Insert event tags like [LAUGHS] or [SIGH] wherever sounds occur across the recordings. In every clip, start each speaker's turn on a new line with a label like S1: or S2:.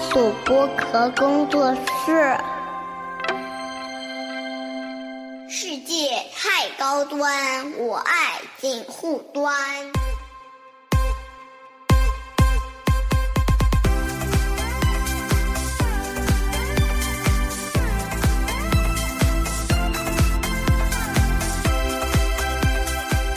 S1: 索剥壳工作室。世界太高端，我爱锦护端。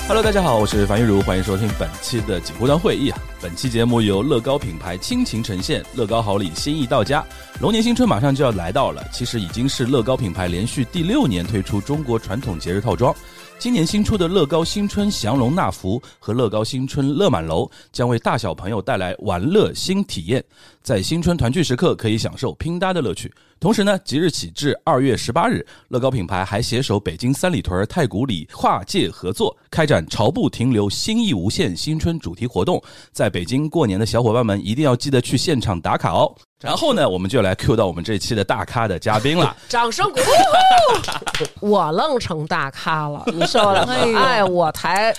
S2: Hello，大家好，我是樊玉茹，欢迎收听本期的锦湖端会议啊。本期节目由乐高品牌亲情呈现，乐高好礼心意到家。龙年新春马上就要来到了，其实已经是乐高品牌连续第六年推出中国传统节日套装。今年新出的乐高新春降龙纳福和乐高新春乐满楼，将为大小朋友带来玩乐新体验。在新春团聚时刻，可以享受拼搭的乐趣。同时呢，即日起至二月十八日，乐高品牌还携手北京三里屯、太古里跨界合作，开展“潮不停留，心意无限”新春主题活动。在北京过年的小伙伴们，一定要记得去现场打卡哦。然后呢，我们就来 Q 到我们这期的大咖的嘉宾了。
S3: 掌声鼓励！ [LAUGHS] 我愣成大咖了，你说了，哎，我才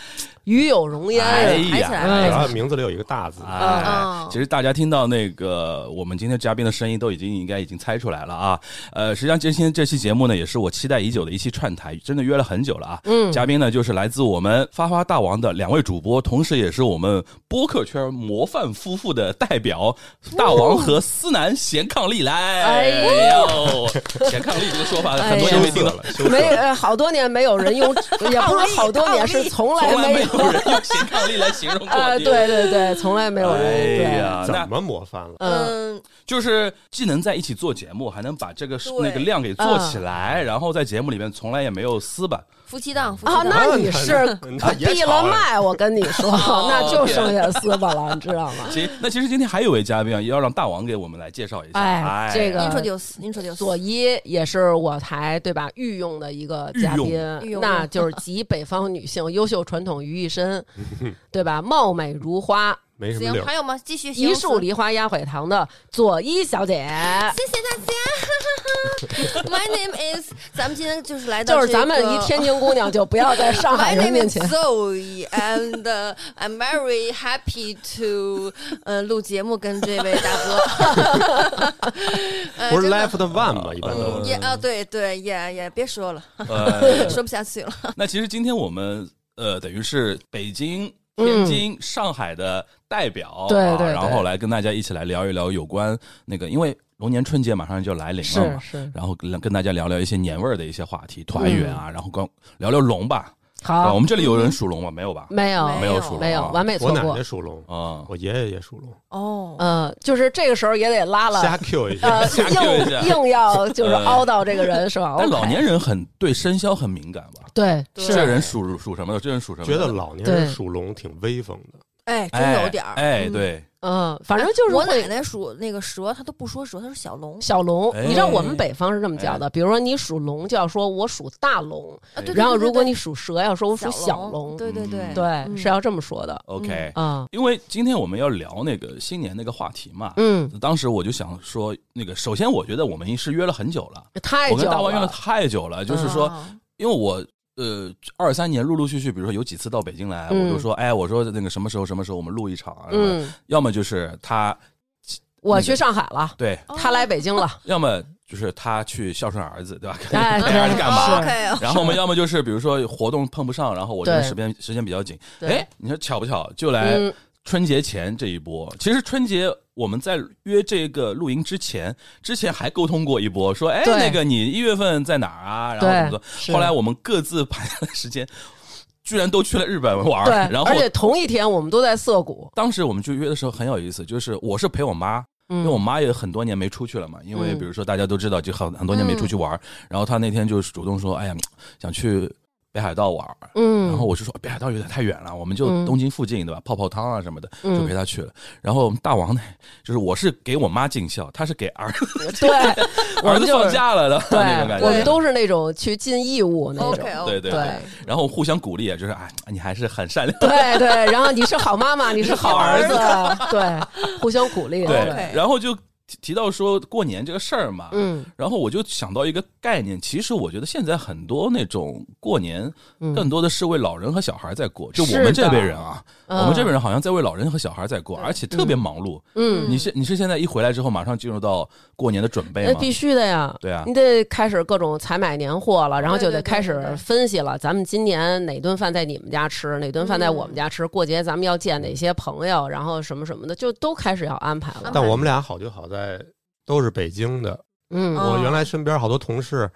S3: 与有容焉。
S2: 哎呀，
S3: 哎
S4: 然后名字里有一个大字，
S2: 哎，其实大家听到那个我们今天嘉宾的声音，都已经应该已经猜出来了啊。呃，实际上今天这期节目呢，也是我期待已久的一期串台，真的约了很久了啊。嗯，嘉宾呢就是来自我们发发大王的两位主播，同时也是我们播客圈模范夫妇的代表，大王和思南贤伉俪来。
S3: 哎
S2: 呦，哎贤伉俪这个说法很多年没听了，
S4: 嗯
S2: 羞
S3: 嗯没呃，好多年没有人用，也不是好多年，是从来
S2: 从来
S3: 没
S2: 没 [LAUGHS]
S3: 有。
S2: 有人用贤伉俪来形 [LAUGHS] 容过。
S3: 呃，对对对，从来没有人。
S2: 哎
S3: 对，
S2: 呀，
S4: 怎
S2: 那
S4: 么模范了？
S3: 嗯，
S5: 嗯，
S2: 就是既能在一起做节目，还能把这个
S5: 对
S2: 那个量给做起来，
S3: 嗯
S2: 然后在节目里面从来也没有撕吧。
S5: 夫妻档，夫妻
S3: 啊，
S5: 档，
S3: 那你是
S4: 那也
S3: 闭了
S4: 吵啊呀
S3: 麦，我跟你说，
S5: 哦
S3: 那就剩下撕巴了，你知道吗？ [LAUGHS]
S2: 行，那其实今天还有一位嘉宾啊，要让大王给我们来介绍一下。
S3: 哎这个
S5: introduce introduce，
S3: 左一也是我台对吧御用的一个
S2: 御
S3: 嘉宾
S2: 用
S5: 御，用
S3: 那就是 [LAUGHS] 集北方女性优秀传统于
S2: [LAUGHS]
S3: 一身，对吧？貌美如花，
S4: 没什么理
S5: 行，
S4: 儿
S5: 还。有吗？继续，
S3: 一
S5: 形容
S3: 树
S5: 词
S3: 梨花压毁堂的左一小姐，
S5: 谢谢大家 [LAUGHS] ，My name is，咱们今天就是来到
S3: 就
S5: 这
S3: 是
S5: 个，
S3: 咱们一天津姑娘，就不要在上海
S5: My
S3: 人
S5: name
S3: 面
S5: is
S3: 前
S5: Zoe and uh, I'm very happy to 呃录节目跟这位大哥， [LAUGHS] 呃
S4: 不是
S5: 真的
S4: left one 吗？一般都
S3: 嗯
S5: 也啊对对也也别
S3: [LAUGHS]
S5: 说了，
S2: 呃， [LAUGHS]
S5: 说不下去了。
S2: 那其实今天我们呃，等于是北京、天津、上海的代表，
S3: 对
S2: 啊
S3: 对对
S2: 然后来跟大家一起来聊一聊有关那个，因为龙年春节马上就来临了嘛，
S3: 是是
S2: 然后跟跟大家聊聊一些年味儿的一些话题，团圆啊，然后光聊聊龙吧。啊，
S3: 嗯好嗯
S2: 我，们这里有人属龙吗？没有吧？
S3: 没有
S2: 没有
S5: 有
S2: 属龙啊，
S3: 没有完美
S4: 我
S3: 错
S4: 奶
S3: 过
S4: 奶，属龙，
S2: 啊，
S4: 我爷爷也属龙，
S5: 哦，
S3: 嗯，就是这个时候也得拉
S4: 瞎
S3: 了，
S4: Q 一下。
S3: 呃，
S2: 瞎 Q 一下呃
S3: 硬硬要就是凹到这个人是吧？
S2: 但老
S3: OK
S2: 年人很对生肖很敏感吧？
S3: 对
S5: 对
S2: 这人属属什么的？这人属什么的？
S4: 觉得老年人属龙挺威风的，
S5: 哎，真
S2: 哎
S5: 有点儿，
S2: 哎，
S5: 嗯
S2: 对，
S3: 嗯，反正就是
S5: 我
S3: 会
S5: 奶奶属那个蛇，她都不说蛇，她说小龙。
S3: 小龙
S2: 哎，
S3: 你知道我们北方是这么叫的，比如说你属龙，就要说我属大龙，
S5: 啊对对
S3: 然后
S5: 对对
S3: 如果
S5: 对
S3: 你属蛇，要说我属小龙，
S5: 对对对
S2: 嗯
S3: 对，是要这么说的
S2: OK，
S3: 啊，
S2: 因为今天我们要聊那个新年那个话题嘛，
S3: 嗯，
S2: 当时我就想说，那个首先我觉得我们是约了很久了，
S3: 太
S2: 我跟
S3: 久
S2: 大王约了
S3: 了，嗯
S2: 太久了，就是说，
S5: 啊
S2: 因为我。呃，二三年陆陆续续，比如说有几次到北京来，
S3: 嗯
S2: 我就说，哎，我说那个什么时候什么时候我们录一场啊，
S3: 嗯，
S2: 要么就是他
S3: 我去上海了，
S2: 对，
S3: 他来北京
S2: [LAUGHS]
S3: 了，
S2: 要么就是他去孝顺儿子，对吧？[LAUGHS]
S3: 哎，
S2: 看儿子
S3: 对
S2: 干嘛？
S3: 是
S5: OK，
S2: [LAUGHS] 然后我们要么就是比如说活动碰不上，然后我这个
S3: 对
S2: 时间时间比较紧，
S3: 对
S2: 哎，你说巧不巧就来
S3: 嗯，
S2: 春节前这一波？其实春节我们在约这个露营之前，之前还沟通过一波，说哎
S3: 对
S2: 那个你一月份在哪儿啊？然后怎么
S3: 是
S2: 做？后来我们各自排的时间，居然都去了日本玩
S3: 对
S2: 儿，，然后
S3: 而且同一天我们都在涩谷，
S2: 当时我们就约的时候很有意思，就是我是陪我妈。因为我妈也很多年没出去了嘛，因为
S3: 嗯
S2: 比如说大家都知道，就很很多年没出去玩儿、然后她那天就是主动说：“哎呀，想去北海道玩儿。”
S3: 嗯，
S2: 然后我就说北海道有点太远了，我们就
S3: 嗯
S2: 东京附近对吧？泡泡汤啊什么的，
S3: 嗯
S2: 就陪他去了。然后大王呢，就是我是给我妈尽孝，他是给儿子，，
S3: 对我
S2: 儿
S3: 们
S2: 子
S3: 就
S2: 放
S3: 是
S2: 假了的
S3: 对
S2: [LAUGHS] 那种感，觉。
S3: 我们都是那种去尽义务那种。
S5: OK，哦
S2: 对对
S3: 对
S2: 然后互相鼓励，就是哎，你还是很善良。
S3: [LAUGHS] 对对，然后你是好妈妈，你是好儿子，对，互相鼓励。
S2: 对
S5: OK，
S2: 然后就提提到说过年这个事儿嘛，
S3: 嗯
S2: 然后我就想到一个概念，其实我觉得现在很多那种过年
S3: 嗯
S2: 更多的是为老人和小孩在过，就我
S3: 是
S2: 们
S3: 的
S2: 这辈人啊，我们这边人好像在为老人和小孩在过，而且特别忙碌。
S3: 嗯，
S2: 你是你是现在一回来之后马上进入到过年的准备
S3: 那
S2: 吗？
S3: 必须的呀，
S2: 对啊
S3: 哎你得开始各种采买年货了，然后就
S5: 对
S3: 得
S5: 对对
S3: 开
S5: 对
S3: 始
S5: 对
S3: 分析了，咱们今年哪顿饭在你们家吃，哪顿饭在
S5: 嗯
S3: 我们家吃，过节咱们要见哪些朋友，然后什么什么的，就都开始要安排了。
S5: 安排
S4: 但我们俩好就好在都是北京的，
S3: 嗯
S5: 哦
S4: 我原来身边好多同事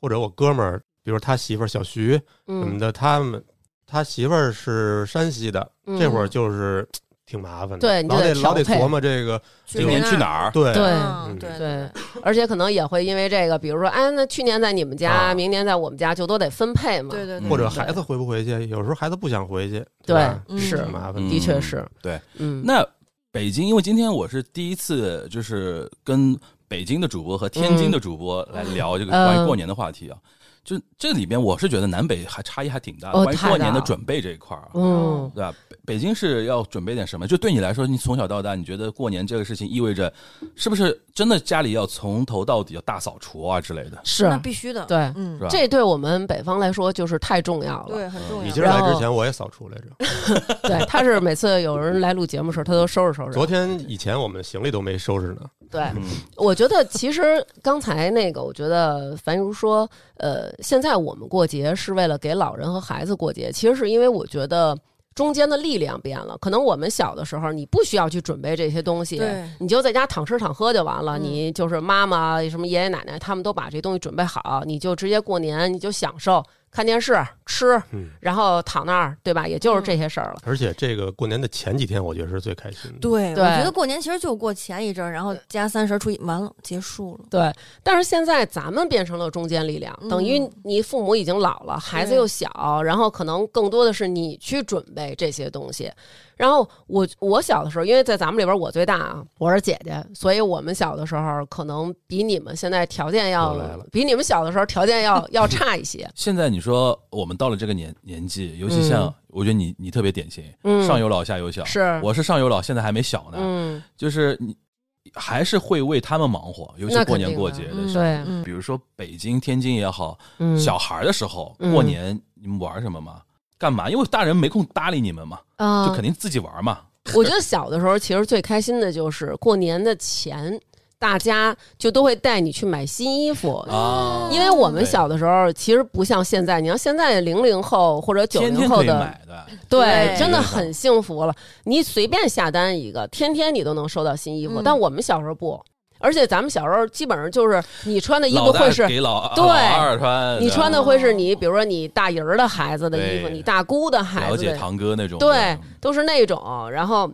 S4: 或者我哥们儿，比如他媳妇儿小徐什么
S3: 嗯，
S4: 的，他们他媳妇儿是山西的，
S3: 嗯
S4: 这会儿就是嘖挺麻烦的，
S3: 对你就
S4: 老得
S3: 得
S4: 老得
S3: 调配
S4: 琢磨这个，
S5: 去
S2: 今年去哪儿？
S4: 对
S3: 对
S5: 嗯对
S3: 对，而且可能也会因为这个，比如说，哎，那去年在你们家，
S4: 啊
S3: 明年在我们家，就都得分配嘛。
S5: 对对嗯对，
S4: 或者孩子回不回去，有时候孩子不想回去，
S3: 对
S4: 吧？
S5: 嗯
S3: 是
S4: 挺麻烦
S2: 嗯
S4: 的。
S3: 的确是，
S2: 对，
S3: 嗯，
S2: 那北京，因为今天我是第一次，就是跟北京的主播和天津的主播来聊这个
S3: 嗯
S2: 关于过年的话题啊。就这里边，我是觉得南北还差异还挺大的，
S3: 哦
S2: 关于
S3: 太
S2: 过年
S3: 大
S2: 的
S3: 了
S2: 准备这一块儿啊，
S3: 嗯，
S2: 对吧？北北京是要准备点什么？就对你来说，你从小到大，你觉得过年这个事情意味着，是不是真的家里要从头到底要大扫除啊之类的？
S3: 是
S5: 那必须的，
S3: 对
S5: 嗯
S2: 是，吧
S3: 这对我们北方来说就是太重要了。
S5: 对，很重要。
S4: 你今儿来
S3: 然
S4: 之
S3: 后
S4: 前我也扫除来着，
S3: 对，他是每次有人来录节目的时候，他都收拾收拾。
S4: 昨天以前我们行李都没收拾呢，
S3: 对，
S2: 嗯
S3: 我觉得其实刚才那个，我觉得樊如说，呃，现在我们过节是为了给老人和孩子过节，其实是因为我觉得。中间的力量变了，可能我们小的时候，你不需要去准备这些东西
S5: 对，
S3: 你就在家躺吃躺喝就完了。
S5: 嗯
S3: 你就是妈妈、什么爷爷奶奶，他们都把这东西准备好，你就直接过年，你就享受看电视、吃，
S4: 嗯
S3: 然后躺那儿，对吧？也就是这些事儿了。
S4: 而且这个过年的前几天，我觉得是最开心的。
S5: 对，
S3: 对
S5: 我觉得过年其实就过前一阵儿，然后加三十除以完了，结束了。
S3: 对，但是现在咱们变成了中坚力量，等于
S5: 嗯
S3: 你父母已经老了，孩子
S5: 对
S3: 又小，然后可能更多的是你去准备这些东西。然后我我小的时候，因为在咱们里边我最大啊，我是姐姐，所以我们小的时候可能比你们现在条件要
S4: 又来了
S3: 比你们小的时候条件要要差一些。
S2: 现在你说我们到了这个年年纪，尤其像、
S3: 嗯
S2: 我觉得你你特别典型，
S3: 嗯
S2: 上有老下有小，
S3: 是
S2: 我是上有老，现在还没小呢，
S3: 嗯，
S2: 就是你还是会为他们忙活，尤其
S3: 那
S2: 过
S3: 肯
S2: 年
S3: 定
S2: 过
S3: 的
S2: 节的
S5: 嗯
S2: 时候，
S3: 对
S5: 嗯
S2: 比如说北京、天津也好，
S3: 嗯
S2: 小孩的时候、
S3: 嗯
S2: 过年你们玩什么吗？干嘛？因为大人没空搭理你们嘛，
S3: 啊
S2: 就肯定自己玩嘛。
S3: 我觉得小的时候，其实最开心的就是过年的前，大家就都会带你去买新衣服，
S2: 啊，
S3: 因为我们
S2: 对
S3: 小的时候，其实不像现在，你要现在零零后或者九
S2: 天
S3: 零
S2: 天
S3: 后
S2: 可以
S3: 的，
S2: 买的，
S3: 对，
S5: 对
S3: 真的很幸福了。你随便下单一个，天天你都能收到新衣服。
S5: 嗯
S3: 但我们小时候不，而且咱们小时候基本上就是你穿的衣服
S2: 老大
S3: 会是。
S2: 给老
S3: 对
S2: 老二穿，
S3: 你
S2: 对
S3: 穿的
S5: 哦
S3: 会是你，比如说你大姨儿的孩子的衣服，
S2: 对
S3: 你大姑的孩
S2: 了
S3: 子的
S2: 解堂哥那种，
S3: 对，都是那种，然后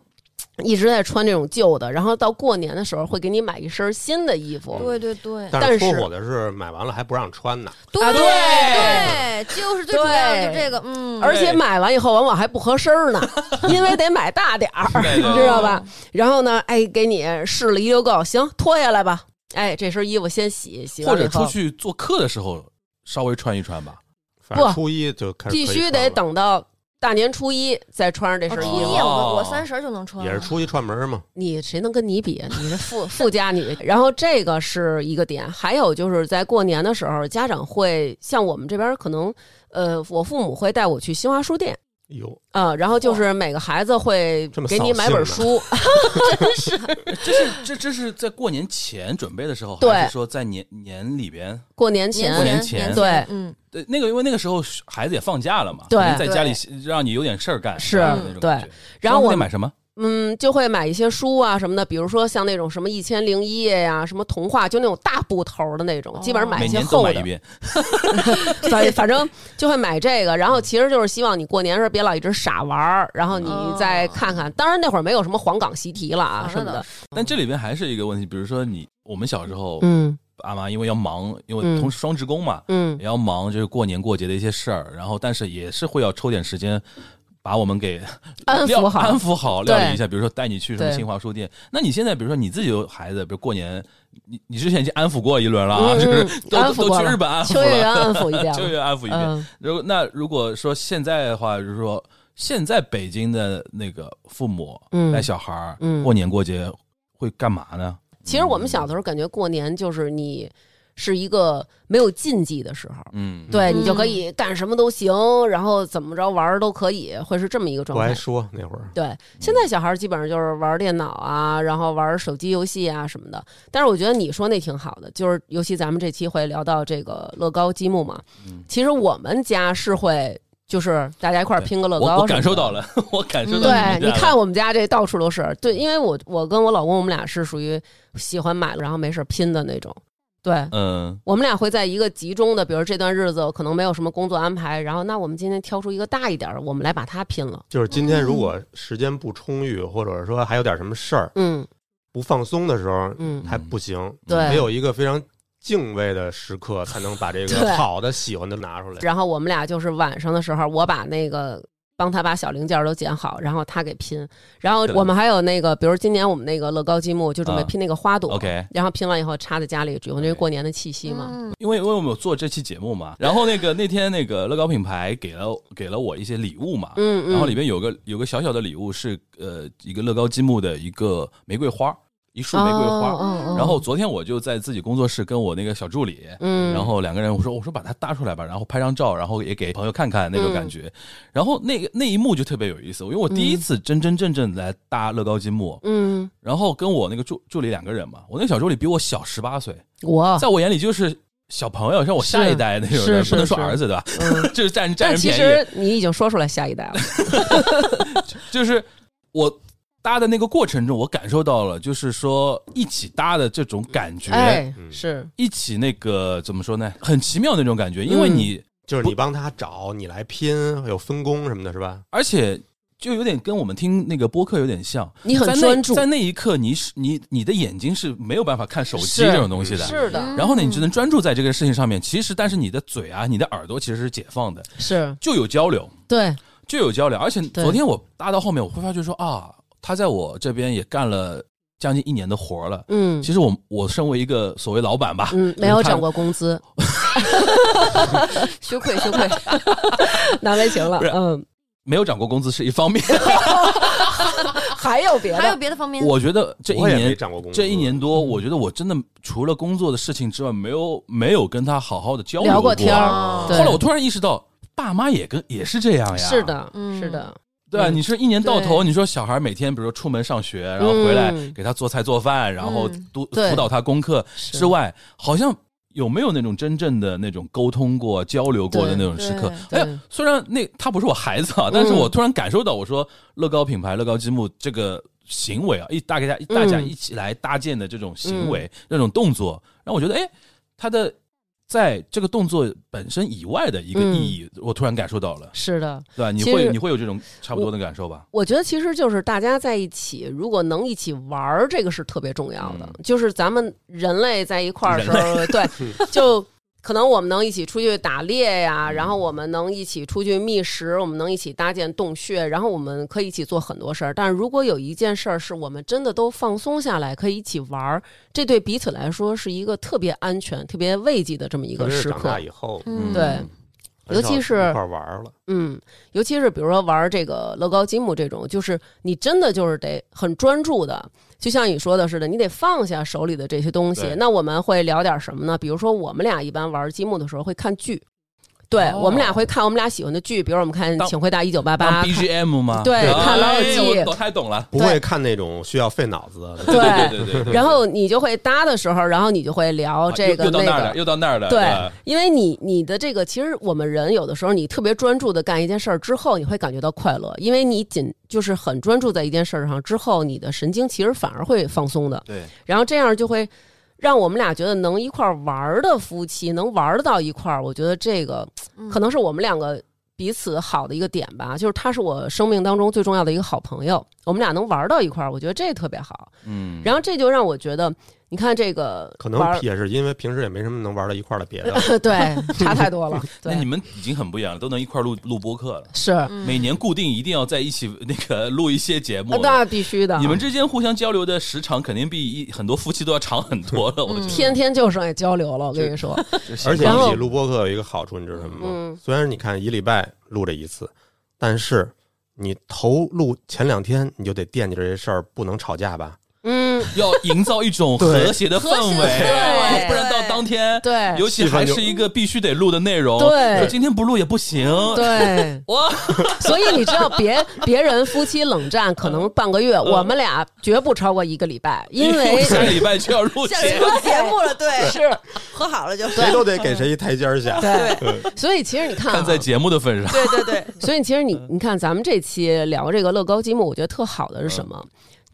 S3: 一直在穿这种旧的，然后到过年的时候会给你买一身新的衣服。
S5: 对对对
S4: 但是
S3: 但
S4: 说
S3: 是
S4: 火的是买完了还不让穿呢，
S5: 对
S3: 啊
S5: 对，就是最主要的
S3: 对
S5: 就这个，嗯，
S3: 而且买完以后，往往还不合身儿呢，因为得买大点儿，
S2: 对
S3: 你
S2: 对
S3: 知
S2: [LAUGHS]
S3: 道吧？然后呢，哎，给你试了一溜够，行，脱下来吧。哎，这身衣服先洗，洗
S2: 或
S3: 完了
S2: 者
S3: 以后
S2: 出去做客的时候稍微穿一穿
S3: [LAUGHS]
S2: 吧。
S4: 反正
S3: 不
S4: 初一就开始
S3: 必
S4: 可以
S3: 须
S4: 穿
S3: 得
S4: 了，
S3: 等到大年初一再穿上这
S5: 哦
S3: 身
S5: 初
S3: 衣服。
S5: 一啊
S2: 哦
S5: 我我三十就能穿了，
S4: 也是初一串门嘛。
S3: 你谁能跟你比啊？你是富 [LAUGHS] 富家女。然后这个是一个点，还有就是在过年的时候，家长会像我们这边儿可能，呃，我父母会带我去新华书店。
S4: 有
S3: 啊、然后就是每个孩子会
S4: 这么
S3: 给你
S4: 扫
S3: 买本
S4: 兴
S3: 书，啊
S2: 这是这这是在过年前准备的时候，
S3: 对
S2: 还是说在年年里边？
S3: 过年
S5: 年
S3: 前
S2: 过年前
S5: 前
S3: 对
S5: 嗯，
S2: 对，那个因为那个时候孩子也放假了嘛，
S3: 对
S2: 可能在家里让你有点事儿干，
S3: 是
S2: 那种感觉。
S3: 然后
S2: 那
S3: 我
S2: 得买什么？
S3: 嗯，就会买一些书啊什么的，比如说像那种什么《一千零一夜》呀，什么童话，就那种大布头的那种，基本上买
S2: 哦每
S3: 些
S2: 年都
S3: 厚
S2: 买
S3: 的，
S2: 一遍。
S3: 反反正就会买这个。然后其实就是希望你过年时候别老一直傻玩儿，然后你再看看。当然那会儿没有什么哦黄冈习题了啊
S5: 啊
S3: 什么的，，
S2: 但这里边还是一个问题，比如说你我们小时候，
S3: 嗯
S2: 爸妈因为要忙，因为
S3: 嗯
S2: 同时双职工嘛，
S3: 嗯，
S2: 也要忙，就是过年过节的一些事儿，然后但是也是会要抽点时间。把我们给
S3: [LAUGHS] 安
S2: 料
S3: 抚好
S2: 安抚好，料理
S3: 对
S2: 一下。比如说带你去什么
S3: 对
S2: 新华书店。那你现在，比如说你自己有孩子，比如过年，你你之前已经安抚过一轮了啊，
S3: 嗯
S2: 就是都
S3: 安抚
S2: 都
S3: 过
S2: 去
S3: 了
S2: 日本安抚
S3: 秋
S2: 了，
S3: 叶
S2: [LAUGHS]
S3: 原安抚一遍
S2: 秋
S3: 了
S2: 叶原安抚一遍。
S3: 嗯
S2: 如果那如果说现在的话，就是说现在北京的那个父母
S3: 嗯
S2: 带小孩儿、
S3: 嗯
S2: 过年过节会干嘛呢？
S3: 其实我们小的时候感觉过年就是你是一个没有禁忌的时候，
S2: 嗯，
S3: 对
S5: 嗯
S3: 你就可以干什么都行，然后怎么着玩儿都可以，会是这么一个
S4: 不
S3: 状
S4: 爱
S3: 态。
S4: 说那会儿，
S3: 对，现在小孩儿基本上就是玩儿电脑啊，然后玩儿手机游戏啊什么的。但是我觉得你说那挺好的，就是尤其咱们这期会聊到这个乐高积木嘛，
S2: 嗯
S3: 其实我们家是会就是大家一块儿拼个乐高
S2: 我我感
S3: 什
S2: 受
S3: 么的嗯
S2: 到了， [LAUGHS] 我感受到
S3: 对，
S2: 你们
S3: 你
S2: 家了
S3: 看我们家这到处都是。对，因为我我跟我老公我们俩是属于喜欢买了然后没事儿拼的那种。对，
S2: 嗯，
S3: 我们俩会在一个集中的，比如这段日子我可能没有什么工作安排，然后那我们今天挑出一个大一点儿，我们来把它拼了。
S4: 就是今天如果时间不充裕，或者说还有点什么事儿
S3: 嗯
S4: 不放松的时候，
S3: 嗯，
S4: 还不行，
S3: 对
S4: 没有一个非常敬畏的时刻，才能把这
S3: 对
S4: 个好的、喜欢的拿出来。
S3: 然后我们俩就是晚上的时候，我把那个帮他把小零件都剪好，然后他给拼。然后
S2: 对
S3: 我们还有那个，比如今年我们那个乐高积木就准备
S2: 啊
S3: 拼那个花朵。
S2: OK
S3: 然后拼完以后插在家里，有那个
S2: OK
S3: 过年的气息嘛。嗯
S5: 嗯
S2: 因为因为我们有做这期节目嘛，然后那个那天那个乐高品牌给了给了我一些礼物嘛，
S3: 嗯嗯。
S2: 然后里边有个有个小小的礼物是呃一个乐高积木的一个玫瑰花，一束玫瑰花。
S3: 哦哦哦
S2: 然后昨天我就在自己工作室跟我那个小助理，
S3: 嗯，
S2: 然后两个人我说我说把它搭出来吧，然后拍张照，然后也给朋友看看那个
S3: 嗯
S2: 感觉。然后那个那一幕就特别有意思，因为我第一次真真正正来搭乐高积木，
S3: 嗯，
S2: 然后跟我那个助助理两个人嘛，我那个小助理比我小十八岁，
S3: 我
S2: [LAUGHS] 在我眼里就是小朋友，像我下一代那种人，
S3: 啊是是
S2: 不能说
S3: 是
S2: 儿子对吧？ [LAUGHS]
S3: 嗯，
S2: 就是占占
S3: 但
S2: 人
S3: 其
S2: 便
S3: 实你已经说出来下
S2: [LAUGHS]
S3: 一代了，
S2: 宜，就是我搭的那个过程中，我感受到了，就是说一起搭的这种感觉，
S3: 哎，
S4: 嗯
S3: 是，
S2: 一起那个怎么说呢，很奇妙那种感觉，因
S3: 嗯
S2: 为你、
S4: 就是你帮他找，你来拼，有分工什么的，是吧？
S2: 而且。就有点跟我们听那个播客有点像，
S3: 你很
S2: 在那
S3: 专注
S2: 在那一刻你，是你你的眼睛是没有办法看手机
S3: 是
S2: 这种东西的，
S3: 是的，
S2: 然后呢，你只能专注在这个事情上面。其实，但是你的嘴啊，你的耳朵其实是解放的，
S3: 是
S2: 就有交流。
S3: 对，
S2: 就有交流。而且
S3: 对
S2: 昨天我搭到后面，我会发觉说啊，他在我这边也干了将近一年的活儿了。
S3: 嗯
S2: 其实我我身为一个所谓老板吧，
S3: 嗯，没有涨过工资，
S5: 羞愧羞愧，
S3: 难为情了，
S2: 不是
S3: 嗯，
S2: 没有涨过工资是一方面。 [LAUGHS]
S3: 还有别
S5: 还有
S3: 的，
S5: 别的方面？
S2: 我觉得这一
S4: 我也没
S2: 年
S4: 涨过工资，
S2: 这一年多，我觉得我真的除了工作的事情之外，没有没有跟他好好的交流
S3: 聊过天儿
S5: 哦
S3: 对
S2: 后来我突然意识到，爸妈也跟也是这样呀。
S3: 是。的，
S5: 嗯
S3: 是的，
S2: 对啊，
S3: 嗯
S2: 你说一年到头，
S5: 对
S2: 你说小孩每天，比如说出门上学，然后回来
S3: 嗯
S2: 给他做菜做饭，然后
S5: 嗯
S2: 督
S3: 对
S2: 辅导他功课
S3: 是
S2: 之外，好像有没有那种真正的那种沟通过、交流过的那种时刻？
S3: 对
S2: 哎
S3: 对，
S2: 虽然那他不是我孩子啊，但是
S3: 嗯
S2: 我突然感受到，我说乐高品牌、乐高积木这个行为啊，一大家大家
S3: 嗯
S2: 一起来搭建的这种行为、那种动作，让我觉得，哎，他的在这个动作本身以外的一个
S3: 嗯
S2: 意义，我突然感受到了，
S3: 是的。
S2: 对吧？你
S3: 其
S2: 会
S3: 实
S2: 你会有这种差不多的感受吧？
S3: 我觉得其实就是大家在一起，如果能一起玩儿，这个是特别重要的。
S2: 嗯
S3: 就是咱们人类在一块儿的时候，对，就可能我们能一起出去打猎呀，然后我们能一起出去觅食，我们能一起搭建洞穴，然后我们可以一起做很多事儿。但是如果有一件事儿是我们真的都放松下来，可以一起玩儿，这对彼此来说是一个特别安全、特别慰藉的这么一
S4: 特
S3: 个
S4: 别
S3: 时
S4: 是长
S3: 刻
S4: 大。以后，
S5: 嗯
S3: 对
S4: 很
S3: 尤其
S4: 少
S3: 是
S4: 一块儿玩儿了，
S3: 嗯，尤其是比如说玩这个乐高积木这种，就是你真的就是得很专注的，就像你说的似的，你得放下手里的这些东西
S2: 对。
S3: 那我们会聊点什么呢？比如说我们俩一般玩积木的时候会看剧，对、
S2: 哦
S3: 我们俩会看我们俩喜欢的剧，比如我们看
S2: 当
S3: 《请回答一九八
S2: 当
S3: 八》，
S2: BGM 吗？
S3: 对
S2: 啊
S3: 看老友
S2: 哎
S3: 记
S2: 我懂太懂了。
S4: 不
S3: 对
S4: 会看那种需要费脑子的。
S3: 对
S2: 对对对。
S3: 然后你就会搭的时候，然后你就会聊
S2: 啊
S3: 哦这
S2: 又
S3: 个
S2: 又到
S3: 那
S2: 那儿
S3: 个
S2: 了，。又到那儿了。
S3: 对
S2: 吧，
S3: 因为你你的这个，其实我们人有的时候，你特别专注的干一件事儿之后，你会感觉到快乐，因为你仅就是很专注在一件事儿上之后，你的神经其实反而会放松的，
S2: 对，
S3: 然后这样就会让我们俩觉得能一块儿玩儿的夫妻能玩儿到一块儿，我觉得这个
S5: 嗯
S3: 可能是我们两个彼此好的一个点吧，就是他是我生命当中最重要的一个好朋友，我们俩能玩儿到一块儿，我觉得这特别好。
S2: 嗯，
S3: 然后这就让我觉得，你看这个
S4: 可
S3: 玩儿
S4: 能也是因为平时也没什么能玩到一块儿的别的，
S3: [LAUGHS] 对差太多了，
S2: 那
S3: 对
S2: 你。们已经很不一样了，都能一块儿录录播客了。
S3: 是，
S2: 每年固定一定要在一起那个录一些节目
S3: 啊，。那必须的。
S2: 你们之间互相交流的时长肯定比一很多夫妻都要长很多了。我觉得
S3: 天天就剩下交流了，我跟
S2: [LAUGHS]
S3: 你说，
S4: 而且
S3: 然后
S4: 一起录播客有一个好处，你知道什么吗？
S3: 嗯
S4: 虽然你看一礼拜录这一次，但是你头录前两天你就得惦记着这事儿，不能吵架吧？
S3: 嗯，
S2: 要营造一种
S4: 对
S2: 和谐的氛
S5: 和谐的
S2: 围，啊
S5: 氛围
S2: 不然到当天，
S3: 对
S2: 尤其
S4: 气氛
S2: 还
S4: 就是
S2: 一个必须得录的内容，
S3: 对
S2: 说今天不录也不行， [LAUGHS]
S3: 对，
S2: 哇，
S3: [LAUGHS] 所以你知道别别人夫妻冷战可能半个月，我们俩绝不超过一个礼拜，因为
S2: 嗯 [LAUGHS]
S3: [LAUGHS]
S2: 下个礼拜就要录节
S5: 像这
S2: 目，
S5: 种节目了，对，
S3: 是
S5: 和好了就
S4: 谁都得给谁一台阶儿下。
S3: 对，所以其实你看、啊
S2: 看，在嗯节目的份上，
S5: 对对对，
S3: 所以其实你你看咱们这期聊这个乐高积木，我觉得特好的是什么？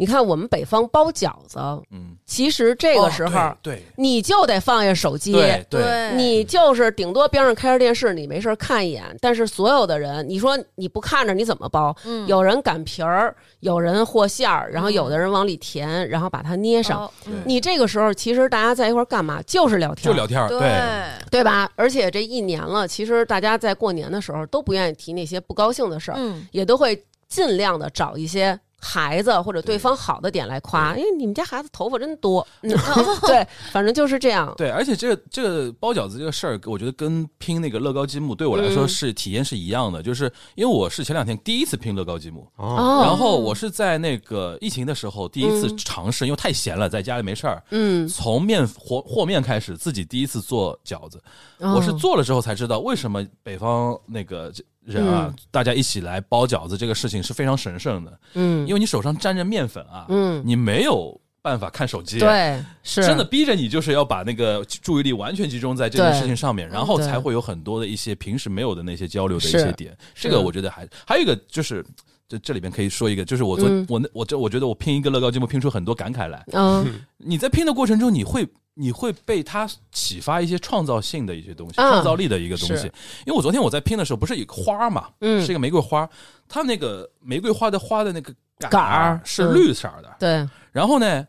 S3: 你看我们北方包饺子，
S2: 嗯，
S3: 其实这个时候、
S2: 哦对
S3: 你就得放下手机。
S2: 对对，
S5: 对
S3: 你就是顶多边上开着电视，你没事儿看一眼。但是所有的人，你说你不看着你怎么包？
S5: 嗯
S3: 有人擀皮儿，有人和馅儿，然后有的人往里填，然后把它捏上。
S5: 哦
S2: 对
S3: 你这个时候其实大家在一块儿干嘛？就是聊天，
S2: 就聊天儿，
S5: 对
S3: 对吧？而且这一年了，其实大家在过年的时候都不愿意提那些不高兴的事儿，
S5: 嗯
S3: 也都会尽量的找一些孩子或者对方好的点来夸。
S5: 嗯
S3: 哎，你们家孩子头发真
S5: [LAUGHS]
S3: 多，嗯，对，反正就是这样。
S2: 对，而且这个这个包饺子这个事儿，我觉得跟拼那个乐高积木对我来说
S3: 嗯
S2: 是体验是一样的，就是因为我是前两天第一次拼乐高积木，
S4: 哦，
S3: 哦，
S2: 然后我是在那个疫情的时候第一次
S3: 嗯
S2: 尝试，因为太闲了，在家里没事儿，
S3: 嗯，
S2: 从面和和面开始，自己第一次做饺子。我是
S3: 哦
S2: 做了之后才知道，为什么北方那个人啊，
S3: 嗯
S2: 大家一起来包饺子这个事情是非常神圣的，
S3: 嗯，
S2: 因为你手上沾着面粉啊，
S3: 嗯
S2: 你没有办法看手机，。
S3: 对，是
S2: 真的，逼着你，就是要把那个注意力完全集中在这件事情上面，然后才会有很多的一些平时没有的那些交流的一些
S3: 是
S2: 点。这个我觉得还还有一个就是，这这里边可以说一个，就是我昨、
S3: 嗯
S2: 我那我这我觉得我拼一个乐高积木拼出很多感慨来。
S3: 嗯
S2: 你在拼的过程中，你会你会被它启发一些创造性的一些东西，
S3: 啊
S2: 创造力的一个东西
S3: 是。
S2: 因为我昨天我在拼的时候，不是有个花嘛，
S3: 嗯
S2: 是一个玫瑰花，它那个玫瑰花的花的那个
S3: 杆
S2: 儿
S3: 儿
S2: 是
S3: 嗯
S2: 绿色儿的，
S3: 对，
S2: 然后呢，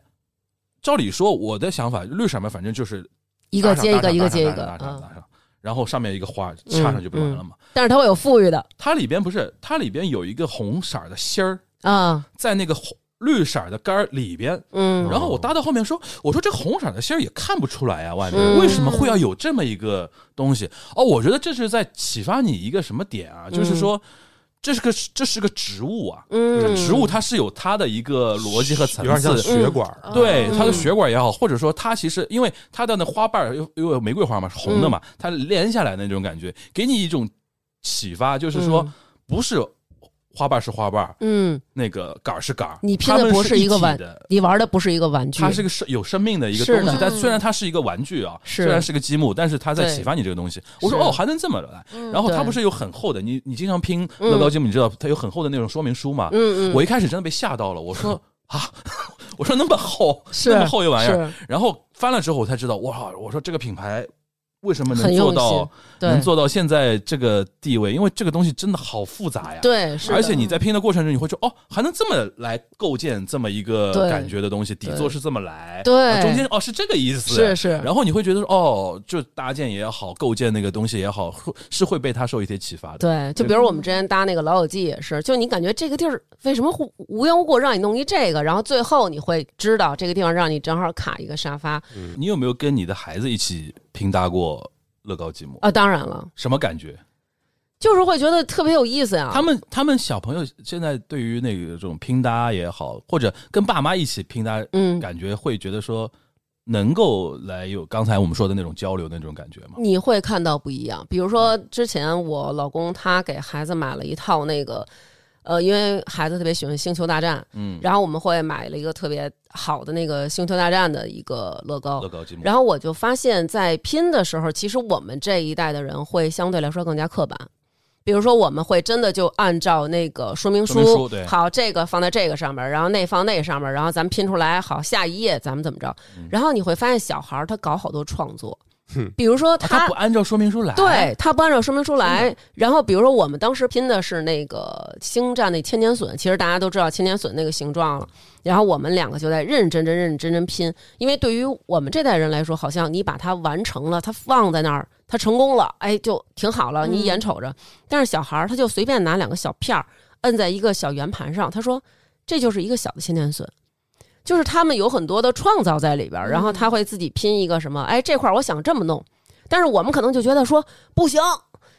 S2: 照理说我的想法，绿色嘛，反正就是
S3: 一个接一个，一个接一
S2: 搭上
S3: 个
S2: 搭上搭上搭上搭上
S3: 嗯，
S2: 搭上然后上面一个花插上就不完了嘛。
S3: 但是它会有富裕的
S2: 它里边不是，它里边有一个红色儿的芯儿，
S3: 啊，
S2: 在那个红绿色儿的杆儿里边。
S3: 嗯
S2: 然后我搭到后面说，我说这红色儿的芯儿也看不出来呀、啊外面
S3: 嗯
S2: 为什么会要有这么一个东西？哦，我觉得这是在启发你一个什么点啊？就是说，这是个这是个植物啊，这
S3: 嗯，
S2: 植物它是有它的一个逻辑和层
S4: 有点像
S2: 次，
S4: 血管儿，
S2: 对它的
S3: 嗯
S2: 血管也好，或者说它其实因为它的那花瓣儿又又有玫瑰花嘛，是红的嘛，
S3: 嗯
S2: 它连下来的那种感觉，给你一种启发，就是说
S3: 嗯
S2: 不是花瓣是花瓣儿，
S3: 嗯，
S2: 那个杆儿是杆儿，
S3: 你拼
S2: 它
S3: 的
S2: 们
S3: 不
S2: 是
S3: 一个
S2: 体
S3: 玩
S2: 的，。
S3: 你玩的不是一个玩具，
S2: 它是个生有生命的一个
S3: 是
S2: 东西
S3: 的，
S2: 但虽然它是一个玩具啊，
S3: 是
S2: 虽然是个积木，但是它在
S3: 对
S2: 启发你这个东西。我说
S3: 是嗯
S2: 哦，还能这么来。然后它
S3: 对嗯
S2: 不是有很厚的，你你经常拼乐高积木，你知道它有很厚的那种说明书嘛？
S3: 嗯嗯，嗯
S2: 我一开始真的被吓到了，我说啊， [LAUGHS] 我说那么厚，
S3: 是
S2: 那么厚一玩意儿，
S3: 是
S2: 然后翻了之后我才知道，哇，我说这个品牌为什么能
S3: 很
S2: 做
S3: 用心
S2: 到
S3: 对
S2: 能做到现在这个地位？因为这个东西真的好复杂呀。。
S3: 对，是的
S2: 而且你在拼的过程中，你会说哦，还能这么来构建这么一个
S3: 对
S2: 感觉的东西，底
S3: 对
S2: 座是这么来，
S3: 对
S2: 然后中间哦是这个意思，
S3: 是是
S2: 然后你会觉得说哦，就搭建也好，构建那个东西也好，会是会被它受一些启发的。
S3: 对，就比如我们之前搭那个《老友记》也是，就你感觉这个地儿为什么会无缘无故让你弄一这个，然后最后你会知道这个地方让你正好卡一个沙发
S2: 你有没有跟你的孩子一起拼搭过乐高积木？
S3: 啊，当然了，
S2: 什么感觉？
S3: 就是会觉得特别有意思呀。
S2: 他们他们小朋友现在对于那个这种拼搭也好，或者跟爸妈一起拼搭，
S3: 嗯，
S2: 感觉会觉得说能够来有刚才我们说的那种交流那种感觉吗？嗯
S3: 你会看到不一样。比如说，之前我老公他给孩子买了一套那个，呃，因为孩子特别喜欢《星球大战》，
S2: 嗯，
S3: 然后我们会买了一个特别好的那个《星球大战》的一个乐高
S2: 乐。高积木，
S3: 哦然后我就发现，在拼的时候，其实我们这一代的人会相对来说更加刻板。比如说，我们会真的就按照那个说明书，
S2: 说明书对
S3: 好，这个放在这个上面，然后那放那上面，然后咱们拼出来，好，下一页咱们怎么着？
S2: 嗯
S3: 然后你会发现，小孩儿他搞好多创作，比如说
S2: 啊他不按照说明书来，
S3: 对他不按照说明书来。然后比如说我们当时拼的是那个星战那千年隼，其实大家都知道千年隼那个形状了。然后我们两个就在认认真真、认认真真拼，因为对于我们这代人来说，好像你把它完成了，它放在那儿，它成功了，哎，就挺好了，你眼瞅着。但是小孩儿他就随便拿两个小片儿摁在一个小圆盘上，他说这就是一个小的千年隼。就是他们有很多的创造在里边儿，然后他会自己拼一个什么，哎，这块儿我想这么弄，但是我们可能就觉得说不行，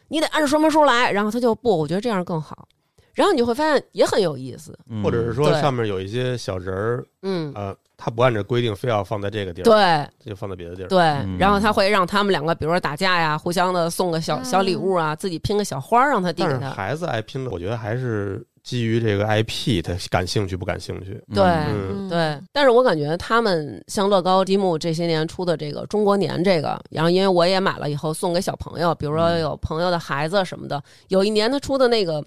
S3: 你得按说明书来。然后他就不，我觉得这样更好。然后你就会发现也很有意思，
S2: 嗯
S4: 或者是说
S3: 对
S4: 上面有一些小人儿，
S3: 嗯，
S4: 呃，他不按照规定非要放在这个地儿，
S3: 对
S4: 就放在别的地儿。
S3: 对，
S2: 嗯
S3: 然后他会让他们两个，比如说打架呀，互相的送个小
S5: 嗯
S3: 小礼物啊，自己拼个小花儿让他递
S4: 但
S3: 给
S4: 是
S3: 他，
S4: 孩子爱拼的，我觉得还是基于这个 IP，他感兴趣不感兴趣。
S2: 嗯
S3: 对
S4: 嗯，
S3: 对，但是我感觉他们像乐高积木这些年出的这个中国年这个，然后因为我也买了以后送给小朋友，比如说
S2: 嗯
S3: 有朋友的孩子什么的，有一年他出的那个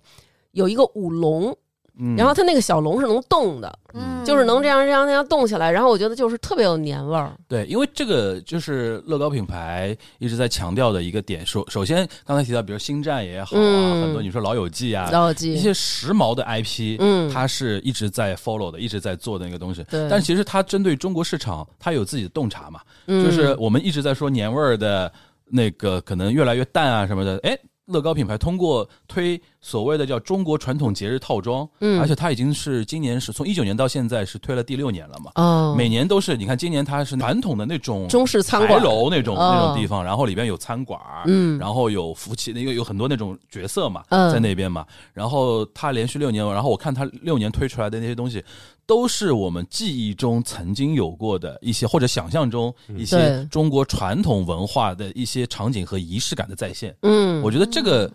S3: 有一个舞龙，
S2: 嗯
S3: 然后他那个小龙是能动的，
S2: 嗯
S3: 就是能这样这样那样动起来，然后我觉得就是特别有年味儿，
S2: 对，因为这个就是乐高品牌一直在强调的一个点。首首先，刚才提到，比如《星战》也好啊，
S3: 嗯
S2: 很多你说《老友记》啊，
S3: 老友
S2: 一
S3: 记，
S2: 些时髦的 IP，、
S3: 嗯，
S2: 它是一直在 follow 的，一直在做的那个东西。
S3: 对，
S2: 但其实它针对中国市场，它有自己的洞察嘛，
S3: 嗯
S2: 就是我们一直在说年味儿的那个可能越来越淡啊什么的，哎。乐高品牌通过推所谓的叫中国传统节日套装，
S3: 嗯
S2: 而且它已经是今年是从一九年到现在是推了第六年了嘛，
S3: 哦，
S2: 每年都是，你看今年它是传统的那种
S3: 中式餐
S2: 牌
S3: 馆，
S2: 楼那种、
S3: 哦
S2: 那种地方，然后里边有餐馆，
S3: 嗯
S2: 然后有夫妻，因为有很多那种角色嘛，
S3: 嗯
S2: 在那边嘛。然后它连续六年，然后我看它六年推出来的那些东西，都是我们记忆中曾经有过的一些，或者想象中一些
S3: 对
S2: 中国传统文化的一些场景和仪式感的再现。
S3: 嗯，
S2: 我觉得这个。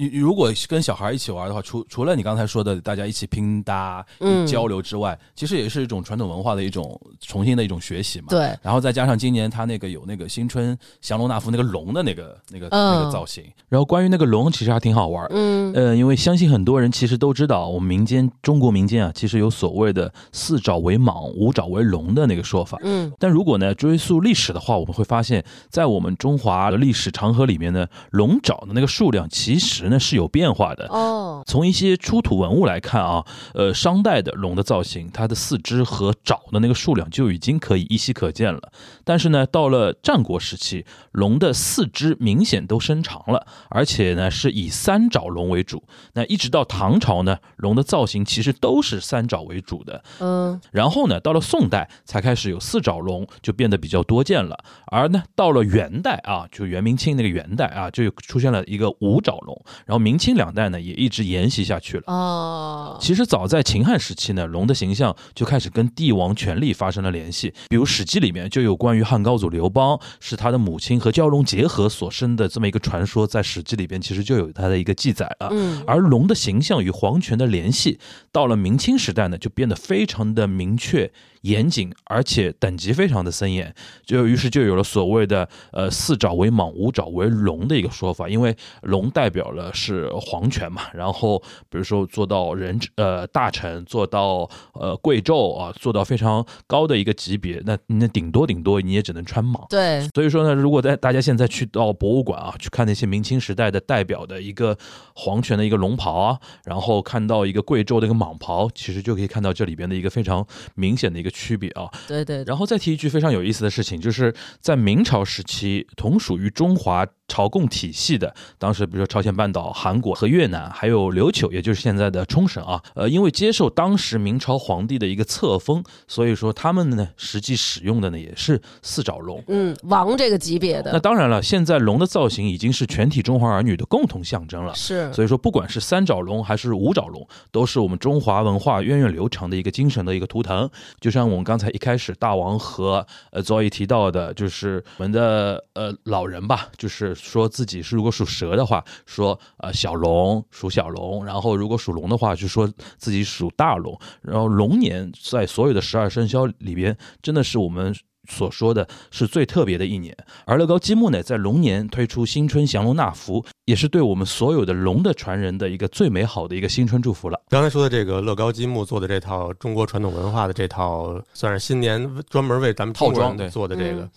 S2: 你你如果跟小孩一起玩的话，除除了你刚才说的大家一起拼搭、
S3: 嗯
S2: 交流之外，其实也是一种传统文化的一种重新的一种学习嘛。
S3: 对，
S2: 然后再加上今年他那个有那个新春降龙纳福那个龙的那个那个、
S3: 嗯
S2: 那个造型。然后关于那个龙，其实还挺好玩。
S3: 嗯
S2: 呃，因为相信很多人其实都知道，我们民间中国民间啊，其实有所谓的四爪为蟒，五爪为龙的那个说法。
S3: 嗯
S2: 但如果呢追溯历史的话，我们会发现，在我们中华的历史长河里面呢，龙爪的那个数量其实呢是有变化的。
S3: 哦，
S2: 从一些出土文物来看啊，呃，商代的龙的造型，它的四肢和爪的那个数量就已经可以依稀可见了。但是呢，到了战国时期，龙的四肢明显都伸长了，而且呢是以三爪龙为主。那一直到唐朝呢，龙的造型其实都是三爪为主的。
S3: 嗯
S2: 然后呢，到了宋代才开始有四爪龙，就变得比较多见了。而呢，到了元代啊，就元明清那个元代啊，就有出现了一个五爪龙。然后明清两代呢，也一直沿袭下去了。
S3: 哦，
S2: 其实早在秦汉时期呢，龙的形象就开始跟帝王权力发生了联系。比如《史记》里面就有关于汉高祖刘邦是他的母亲和蛟龙结合所生的这么一个传说，在《史记》里边其实就有它的一个记载了。
S3: 嗯
S2: 而龙的形象与皇权的联系，到了明清时代呢，就变得非常的明确、严谨，而且等级非常的森严。就于是就有了所谓的呃四爪为蟒，五爪为龙的一个说法，因为龙代表了是皇权嘛，然后比如说做到人呃大臣，做到呃贵胄啊，做到非常高的一个级别，那那顶多顶多你也只能穿蟒。
S3: 对，
S2: 所以说呢，如果在大家现在去到博物馆啊，去看那些明清时代的代表的一个皇权的一个龙袍啊，然后看到一个贵胄的一个蟒袍，其实就可以看到这里边的一个非常明显的一个区别啊。
S3: 对对对，
S2: 然后再提一句非常有意思的事情，就是在明朝时期，同属于中华朝贡体系的，当时比如说朝鲜半岛、韩国和越南，还有琉球，也就是现在的冲绳啊，呃，因为接受当时明朝皇帝的一个册封，所以说他们呢实际使用的呢也是四爪龙。
S3: 嗯，王这个级别
S2: 那
S3: 的
S2: 当然了，现在龙的造型已经是全体中华儿女的共同象征了。
S3: 是，
S2: 所以说，不管是三爪龙还是五爪龙，都是我们中华文化源远流长的一个精神的一个图腾。就像我们刚才一开始大王和呃 Zoe 提到的，就是我们的呃老人吧，就是说自己是如果属蛇的话，说呃小龙属小龙，然后如果属龙的话，就说自己属大龙。然后龙年在所有的十二生肖里边，真的是我们。所说的是最特别的一年，而乐高积木呢，在龙年推出新春降龙纳福，也是对我们所有的龙的传人的一个最美好的一个新春祝福了。
S4: 刚才说的这个乐高积木做的这套中国传统文化的这套，算是新年专门为咱们中国
S2: 套装对
S4: 人做的这个。
S3: 嗯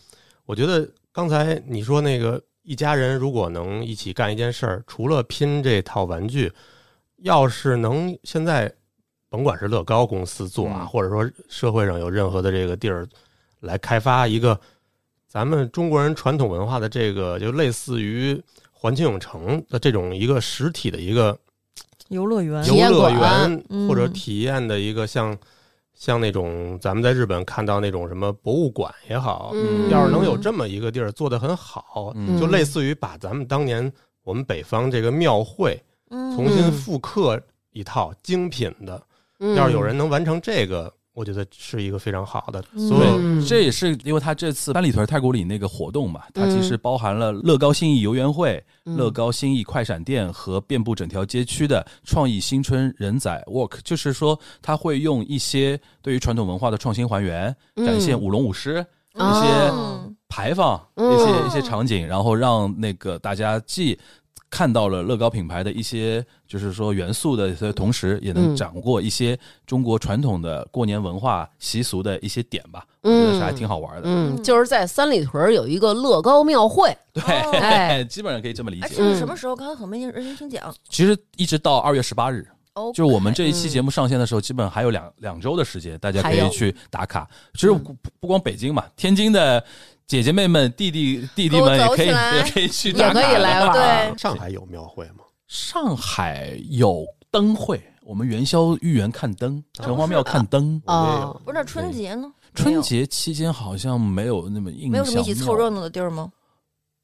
S4: 我觉得刚才你说那个一家人如果能一起干一件事儿，除了拼这套玩具，要是能现在甭管是乐高公司做啊，
S2: 嗯
S4: 或者说社会上有任何的这个地儿来开发一个咱们中国人传统文化的这个，就类似于环球影城的这种一个实体的一个
S5: 游乐园
S3: 嗯体
S4: 游
S3: 验
S4: 乐
S3: 馆
S4: 园
S5: 嗯
S4: 或者体验的一个像像那种咱们在日本看到那种什么博物馆也好，
S3: 嗯，
S4: 要是能有这么一个地儿做得很好，
S2: 嗯
S4: 就类似于把咱们当年我们北方这个庙会
S5: 嗯
S4: 重新复刻一套精品的，
S3: 嗯
S4: 要是有人能完成这个，我觉得是一个非常好的。
S5: 嗯
S4: 所有
S3: 嗯
S2: 这也是因为他这次三里屯太古里那个活动嘛，它其
S3: 嗯
S2: 实包含了乐高新意游园会、
S3: 嗯
S2: 乐高新意快闪店和遍布整条街区的创意新春人仔 walk，就是说他会用一些对于传统文化的创新还原，
S3: 嗯
S2: 展现舞龙舞狮、
S3: 哦
S2: 一些
S5: 嗯
S2: 牌坊、
S3: 嗯
S2: 一些一些场景，然后让那个大家既看到了乐高品牌的一些就是说元素的的同时，也能
S3: 嗯
S2: 掌握一些中国传统的过年文化习俗的一些点吧，我觉得是还挺好玩的。
S3: 嗯，就是在三里屯儿有一个乐高庙会，
S2: 对，
S5: 哦
S2: [LAUGHS]
S3: 哎
S2: 基本上可以这么理
S5: 哎，
S2: 解。
S5: 这
S3: 嗯
S5: 是什么时候？刚才很没认真听讲。
S2: 其实一直到二月十八日，
S5: 哦，
S2: 就是我们这一期节目上线的时候，基本还有两两周的时间，大家可
S3: 还有嗯
S2: 以去打卡。其实不不光北京嘛，天津的姐姐妹们、弟弟弟弟们
S5: 给
S2: 也
S5: 我走
S2: 可以
S5: 起来
S2: 也可以去
S3: 也
S2: 打卡
S3: 可
S2: 的，啊
S3: 以来玩儿。
S4: 上海有庙会吗？
S2: 上海有灯会，我们元宵豫园看灯，城隍庙看灯。
S4: 我们也有
S3: 哦
S5: 哦哎不是那春节呢？没
S2: 春
S5: 有
S2: 节期间好像没有那么印象，
S5: 没有什么一起凑热，闹的地儿吗？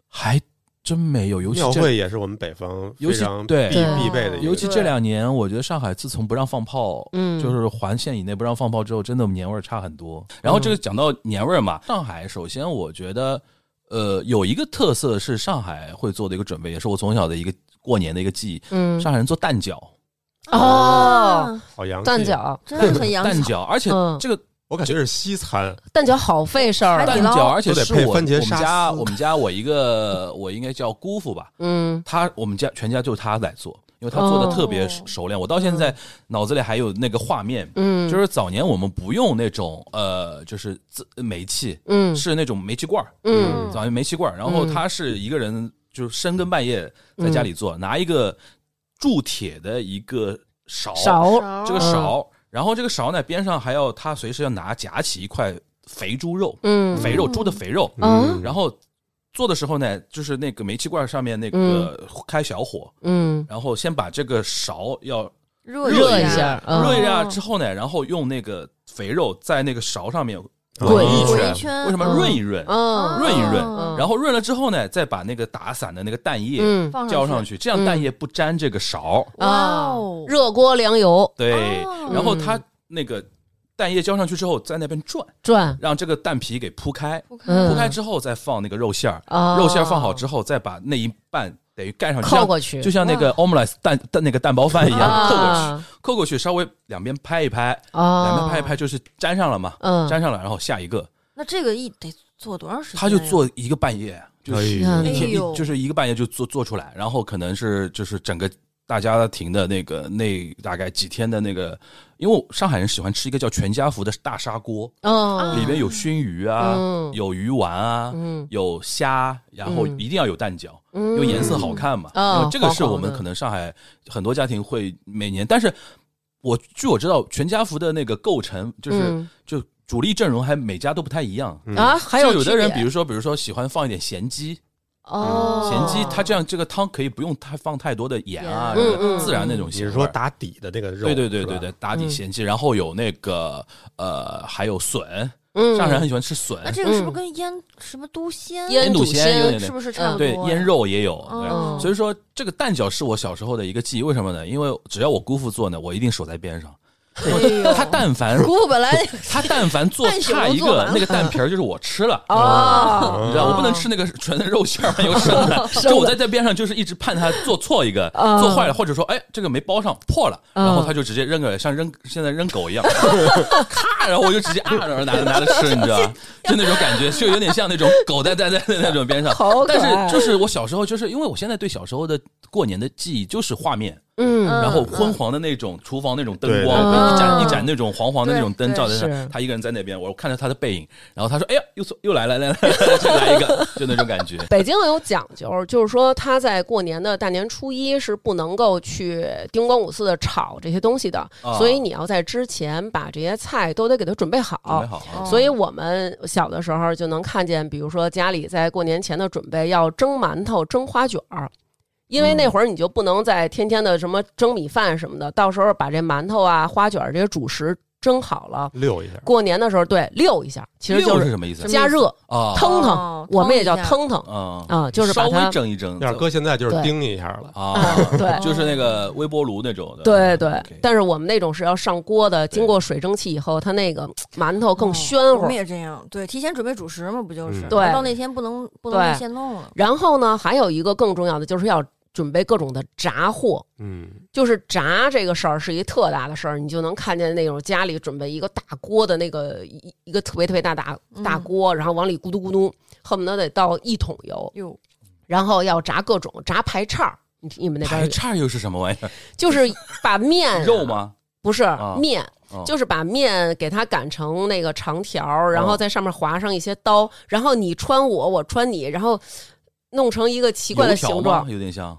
S2: 还真没有。尤其
S4: 庙
S2: 这，
S4: 会也是我们北方
S2: 尤
S4: 非
S2: 其
S4: 常必
S2: 对
S3: 对
S4: 必备的一个，
S2: 尤其
S5: 对
S2: 这两年，我觉得上海自从不让放炮，
S3: 嗯，
S2: 就是环线以内不让放炮之后，真的年味儿差很多。
S5: 嗯
S2: 然后这个讲到年味儿嘛，上海首先我觉得，呃，有一个特色是上海会做的一个准备，也是我从小的一个过年的一个记忆。
S3: 嗯
S2: 上海人做蛋饺，
S3: 哦，
S4: 好洋气
S3: 蛋，饺，
S5: 啊真的很洋
S2: 蛋
S5: 气。
S2: 饺，而且
S3: 嗯
S2: 这个
S4: 我感觉是西餐，
S3: 蛋饺好费事儿
S5: 海
S2: 蛋
S5: 底
S3: 啊，
S5: 捞
S2: 饺，而且是
S4: 都得配
S2: 我
S4: 番茄
S2: 我们
S4: 沙
S2: 家
S4: 司
S2: 我们家我一个我应该叫姑父吧，
S3: 嗯
S2: 他我们家全家就他来做，因为他做的特别
S5: 哦
S2: 熟练，我到现在脑子里还有那个画面，
S3: 嗯，
S2: 就是早年我们不用那种呃，就是自煤气，
S3: 嗯
S2: 是那种煤气罐儿，
S3: 嗯
S2: 早年煤气罐儿，然后
S3: 嗯
S2: 他是一个人就是深更半夜在家里做，拿一个铸铁的一个勺，
S3: 勺，嗯
S2: 这个勺，然后这个勺呢边上还要他随时要拿夹起一块肥猪肉，
S3: 嗯
S2: 肥肉猪的肥肉，
S3: 嗯
S2: 然后做的时候呢，就是那个煤气罐上面那个开小火，
S3: 嗯，
S2: 然后先把这个勺要
S5: 热
S3: 热
S2: 一
S3: 一
S5: 下
S3: 下，，嗯
S2: 热一下之后呢，然后用那个肥肉在那个勺上面
S4: 嗯
S3: 滚
S2: 一
S3: 滚
S5: 一圈
S2: 为什么
S3: 嗯
S2: 润一润？
S3: 嗯
S2: 润一润
S5: 哦
S2: 然后润了之后呢，再把那个打散的那个蛋液
S3: 嗯
S5: 放
S2: 浇上
S5: 去。
S2: 去，这样蛋液不粘这个勺。
S5: 哇
S3: 啊
S5: 哦，
S3: 热锅凉油
S2: 对
S5: 哦，
S2: 然后它那个蛋液浇上去之后，在那边转，
S3: 转，
S2: 让这个蛋皮给铺开，
S3: 嗯
S2: 铺开之后再放那个肉馅儿，
S3: 啊，
S2: 肉馅儿放好之后，再把那一半等于盖上去，
S3: 扣过去，
S2: 就像那个 omelette 蛋蛋那个蛋包饭一样扣过去，
S3: 啊
S2: 扣过去，稍微两边拍一拍，
S3: 啊，
S2: 两边拍一拍就是粘上了嘛，
S3: 嗯
S2: 粘上了，然后下一个，
S5: 那这个一得做多长时间呀？
S2: 他就做一个半夜，就是
S3: 哎
S2: 一天
S5: 哎
S2: 一
S5: 呦
S2: 就是一个半夜就做做出来，然后可能是就是整个大家庭的那个那大概几天的那个，因为上海人喜欢吃一个叫全家福的大砂锅，
S3: 嗯
S2: 里边有熏鱼啊，
S3: 嗯
S2: 有鱼丸啊，
S3: 嗯
S2: 有虾，然后
S3: 嗯
S2: 一定要有蛋饺。
S3: 嗯
S2: 因为颜色好看嘛。
S3: 嗯
S2: 然后这个是我
S3: 黄黄
S2: 们
S3: 的
S2: 可能上海很多家庭会每年，但是我据我知道，全家福的那个构成就是、
S3: 嗯
S2: 就主力阵容还每家都不太一样。
S3: 啊，还
S2: 嗯就
S3: 有
S2: 有的
S3: 区
S2: 人，
S3: 别
S2: 比嗯如说，比如说喜欢放一点咸鸡，
S3: 哦，
S2: 咸鸡它这样这个汤可以不用太放太多的盐啊，
S3: 嗯
S2: 这个
S3: 嗯
S2: 自然那种
S4: 你
S2: 咸味
S4: 是
S2: 儿。
S4: 说打底的那个肉？
S2: 对对对
S4: 是吧
S2: 对对，，打底
S3: 嗯
S2: 咸鸡，然后有那个呃，还有笋，
S3: 嗯
S2: 上海人很喜欢吃笋
S5: 啊那，这个是不是跟腌什么都鲜
S3: 腌嗯
S2: 肚
S3: 笃鲜
S2: 有点
S5: 是
S2: 那
S5: 不是差不多哎
S2: 对
S5: 呀？
S2: 腌肉也有，对
S5: 嗯
S2: 所以说这个蛋饺是我小时候的一个记忆，为什么呢？因为只要我姑父做呢，我一定守在边上。
S5: 哎呦
S2: 他但凡
S5: 姑父本来
S2: 他但凡做
S5: 半宿
S2: 差一
S5: 都做完
S2: 个
S5: 了，
S2: 那个蛋皮儿就是我吃了。
S3: 哦，
S2: 你知道我不能吃那个纯的肉馅儿，还有生的。就我在这边上，就是一直盼他做错一个，
S3: [LAUGHS] 嗯
S2: 做坏了，或者说，哎，这个没包上，破了，
S3: 嗯
S2: 然后他就直接扔个，像扔现在扔狗一样， [LAUGHS] 咔，然后我就直接啊，然后拿着拿着吃，你知道吧？就那种感觉，就有点像那种狗在在在在那种边上。
S3: 好可爱
S2: 但是就是我小时候，就是因为我现在对小时候的过年的记忆就是画面，
S3: 嗯
S5: 嗯
S2: 然后昏黄的那种厨房那种灯
S4: 对
S2: 光，
S4: 对
S3: 对
S2: 一盏
S3: 嗯
S2: 一盏那种黄黄的那种灯
S5: 对
S2: 照在
S3: 对是
S2: 他，他一个人在那边，我看着他的背影，然后他说：“哎呀，又错又来了， [LAUGHS] 来来来，再来一个， [LAUGHS] 就那种感觉。
S3: 北京有讲究，就是说他在过年的大年初一是不能够去丁光五四的炒这些东西的，
S2: 啊
S3: 所以你要在之前把这些菜都得给它准备好。”
S2: 准备好啊，
S3: 所以我们小的时候就能看见，比如说家里在过年前的准备要蒸馒头、蒸花卷儿，因为
S2: 嗯
S3: 那会儿你就不能再天天的什么蒸米饭什么的，到时候把这馒头啊、花卷儿这些主食蒸好了，
S4: 溜一下，
S3: 过年的时候对溜一下，其实就
S2: 六
S3: 是
S2: 什么意思
S5: 什么
S3: 加热
S2: 啊？
S3: 腾腾
S5: 哦，
S3: 我们也叫
S5: 腾
S3: 腾腾
S2: 啊
S3: 啊就是把
S2: 稍微
S3: 它嗯
S2: 蒸一蒸，
S4: 要是搁现在就是叮一下了。
S2: 啊， [LAUGHS]
S3: 对
S2: 就是那个微波炉那种的，
S3: 对对
S2: OK，
S3: 但是我们那种是要上锅的，经过水蒸气以后，它那个馒头更暄
S5: 哦我
S3: 乎
S5: 们。也这样，对，提前准备主食嘛，不就是？
S4: 嗯
S3: 对
S5: 到那天不能不能
S3: 对
S5: 再现弄了。
S3: 然后呢，还有一个更重要的就是要准备各种的炸货，
S4: 嗯，
S3: 就是炸这个事儿是一特大的事儿，你就能看见那种家里准备一个大锅的那个一一个特别特别大大大
S5: 嗯
S3: 锅，然后往里咕嘟咕嘟，恨不得得倒一桶油，
S5: 哟，
S3: 然后要炸各种炸排叉儿。你你们那边
S2: 排
S3: 有
S2: 叉又是什么玩意儿？
S3: 就是把面啊
S2: 肉？吗？
S3: 不是
S2: 啊
S3: 面，
S2: 哦
S3: 就是把面给它擀成那个长条儿，然后
S2: 哦
S3: 在上面划上一些刀，然后你穿我，我穿你，然后弄成一个奇怪的
S2: 油条
S3: 形
S2: 吗
S3: 状。
S2: 有点像。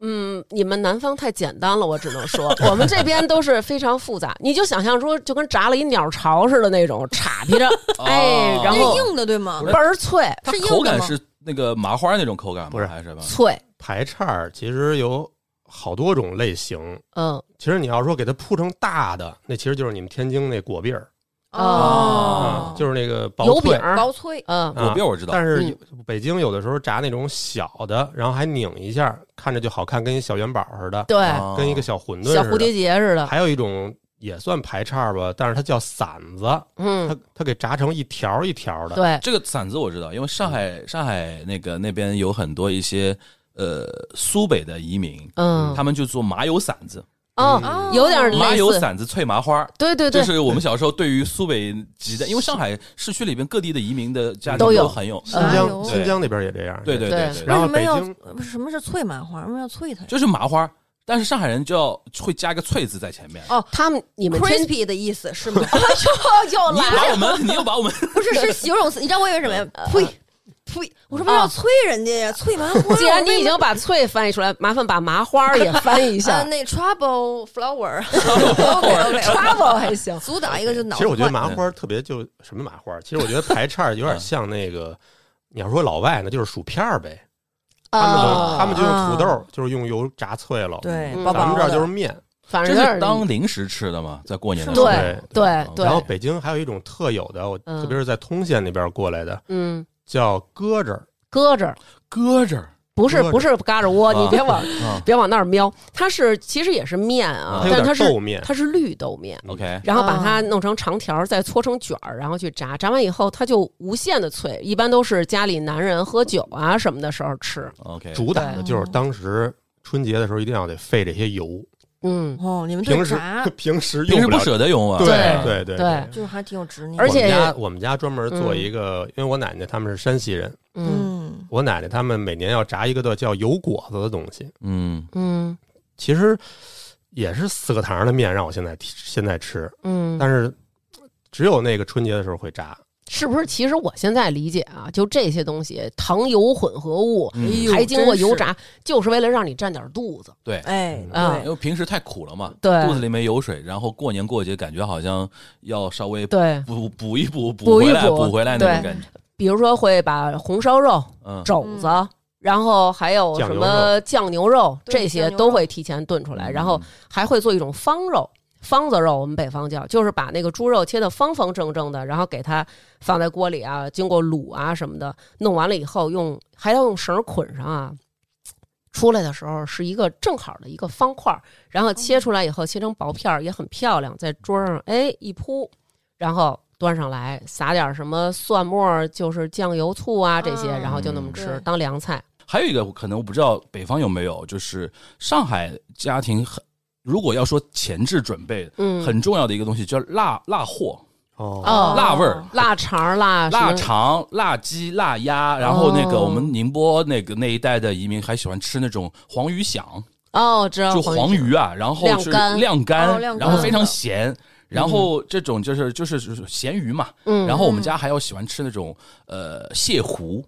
S3: 嗯，你们南方太简单了，我只能说， [LAUGHS] 我们这边都是非常复杂。你就想象说，就跟炸了一鸟巢似的那种，叉劈
S2: [LAUGHS]
S3: 着，哎
S2: 哦
S3: 然后
S5: 那是硬的对吗？
S3: 倍儿脆
S2: 它
S5: 是硬的
S2: 口感
S5: 吗
S2: 是那个麻花那种口感吗？
S4: 不是
S2: 还是什么？
S3: 脆，
S4: 排叉儿其实有好多种类型。
S3: 嗯，
S4: 其实你要说给它铺成大的，那其实就是你们天津那果篦儿
S2: 哦
S4: 啊，就是那个薄
S3: 哦油
S4: 脆
S3: 饼儿，
S5: 薄脆，
S3: 嗯，
S2: 果篦儿我知道
S4: 但是有北京有的时候炸那种小的，然后还拧一下，看着就好看，跟一小元宝似的，
S3: 对，
S2: 哦
S4: 跟一个小馄饨似的。
S3: 小蝴蝶结似的，
S4: 还有一种也算排叉儿吧，但是它叫馓子，
S3: 嗯，
S4: 它它给炸成一条儿一条儿的。
S3: 对，
S2: 这个馓子我知道，因为上海
S3: 嗯
S2: 上海那个那边有很多一些呃苏北的移民，
S3: 嗯
S2: 他，们就做麻油馓子，
S3: 哦，
S5: 哦
S3: 有点
S2: 嗯麻
S3: 类
S2: 油
S3: 似，
S2: 馓子脆麻花。
S3: 对对
S2: 这
S3: 对，
S2: 是我们小时候对于苏北籍的，因为上海市区里边各地的移民的家庭
S3: 都有
S2: 很有，嗯
S4: 新
S3: 哎
S5: 呦
S4: 疆新疆那边也这样。
S2: 对对
S3: 对
S2: 对，
S4: 然
S5: 为什
S4: 后
S5: 么
S4: 北
S5: 要
S4: 京
S5: 不是什么是脆麻花？为什么要脆它呀？
S2: 就是麻花，但是上海人就要会加一个“脆”字在前面。
S3: 他们你们天
S5: crispy 的意思
S3: [LAUGHS]
S5: 是吗？
S3: 又又
S2: 你又把我们，你又把我们，
S5: 不是，是形容词。你知道我以为什么呀？
S3: 呃
S5: 呸呸！我说为什么要催人家呀？催麻花。
S3: 啊 [LAUGHS] 既然你已经把“脆”翻译出来，麻烦把“麻花”也翻译一
S5: 呃
S3: 下。
S5: 那 trouble flower OK [LAUGHS] OK
S3: [LAUGHS] Trouble 还行，
S5: 阻挡一个就脑。
S4: 其实我觉得麻
S2: 嗯
S4: 花儿特别就什么麻花儿，其实我觉得排叉儿
S2: [LAUGHS]
S4: 有点像那个，你要说老外呢，就是薯片儿呗。他们就
S3: 啊
S4: 他们就用土豆儿，就是用油炸脆了。
S5: 对
S3: 嗯
S5: 薄
S4: 咱
S5: 薄
S4: 们这儿
S5: 的，
S4: 就是面。
S3: 反
S2: 这
S3: 正有点
S2: 是当零食吃的吗？在过年的时候，
S3: 对对对，
S4: 然后北京还有一种特有的，我
S3: 嗯
S4: 特别是在通县那边过来的，
S3: 嗯，
S4: 叫搁着儿。
S3: 搁着
S2: 搁这儿
S3: 不是
S4: 搁着
S3: 不是嘎着窝，
S2: 啊
S3: 哦你别往
S2: 啊
S3: 别往那儿瞄，它是其实也是面
S2: 啊，
S3: 啊
S4: 它有
S3: 但它
S4: 点
S3: 是
S4: 豆面，
S3: 它是绿豆面，
S2: ，OK，
S3: 然后把它弄成长条，再搓成卷儿，然后去炸，炸完以后它就无限的脆，一般都是家里男人喝酒啊什么的时候吃，
S2: OK，
S4: 主打的就是当时春节的时候一定要得费这些油，
S3: 嗯，
S5: 哦，你们对
S4: 平时
S5: 炸
S4: [LAUGHS] 平时
S2: 平
S4: 用
S2: 时不
S4: 了。
S2: 舍得用啊。
S4: 对对对
S3: 对
S5: 就是还挺有执念的。
S3: 而且
S4: 我们家我们家专门做一个，因为我奶奶他们是山西人，
S3: 嗯
S5: 嗯，
S4: 我奶奶他们每年要炸一个的叫油果子的东西，
S2: 嗯，
S3: 嗯
S4: 其实也是四个糖的面，让我现在提现在吃，
S3: 嗯，
S4: 但是只有那个春节的时候会炸。
S3: 是不是？其实我现在理解啊，就这些东西，糖油混合物，
S2: 嗯
S5: 哎呦
S3: 还经过油，
S5: 真
S3: 炸，就是为了让你占点肚子。
S2: 对
S5: 是，哎，
S3: 啊
S2: 因为平时太苦了嘛，
S3: 对
S2: 肚子里面有水，然后过年过节感觉好像要稍微
S3: 对，
S2: 补补一补，补
S3: 补一
S2: 回来，
S3: 补
S2: 补回来那种
S3: 对
S2: 感觉。
S3: 比如说会把红烧肉、
S2: 嗯，
S3: 肘子，然后还有什么酱牛肉，
S5: 对
S3: 这些
S5: 酱牛肉
S3: 都会提前炖出
S2: 嗯
S3: 来，然后还会做一种方肉。方子肉，我们北方叫，就是把那个猪肉切得方方正正的，然后给它放在锅里啊，经过卤啊什么的，弄完了以后用还要用绳儿捆上啊，出来的时候是一个正好的一个方块儿，然后切出来以后切成薄片儿也很漂亮，在桌上哎一铺，然后端上来撒点什么蒜末儿，就是酱油、醋啊这些，
S5: 嗯
S3: 然后就那么吃
S5: 对
S3: 当凉菜。
S2: 还有一个可能我不知道北方有没有，就是上海家庭很，如果要说前置准备，
S3: 嗯，
S2: 很重要的一个东西叫辣辣货，
S4: 哦，
S3: 哦，
S2: 辣味儿。
S3: 腊肠儿、腊
S2: 腊
S3: 什么
S2: 肠、腊鸡、腊鸭，然后那个
S3: 哦
S2: 我们宁波那个那一带的移民还喜欢吃那种黄鱼响，
S3: 哦，知道
S2: 就黄
S3: 鱼
S2: 鱼啊，然后
S3: 晾
S2: 是
S3: 干
S2: 晾
S5: 哦
S2: 干，
S5: 晾
S2: 然后
S5: 干
S2: 非常
S5: 的
S2: 咸，然后这种就是就是就是咸鱼嘛，
S3: 嗯
S2: 然后我们家还要喜欢吃那种呃蟹糊、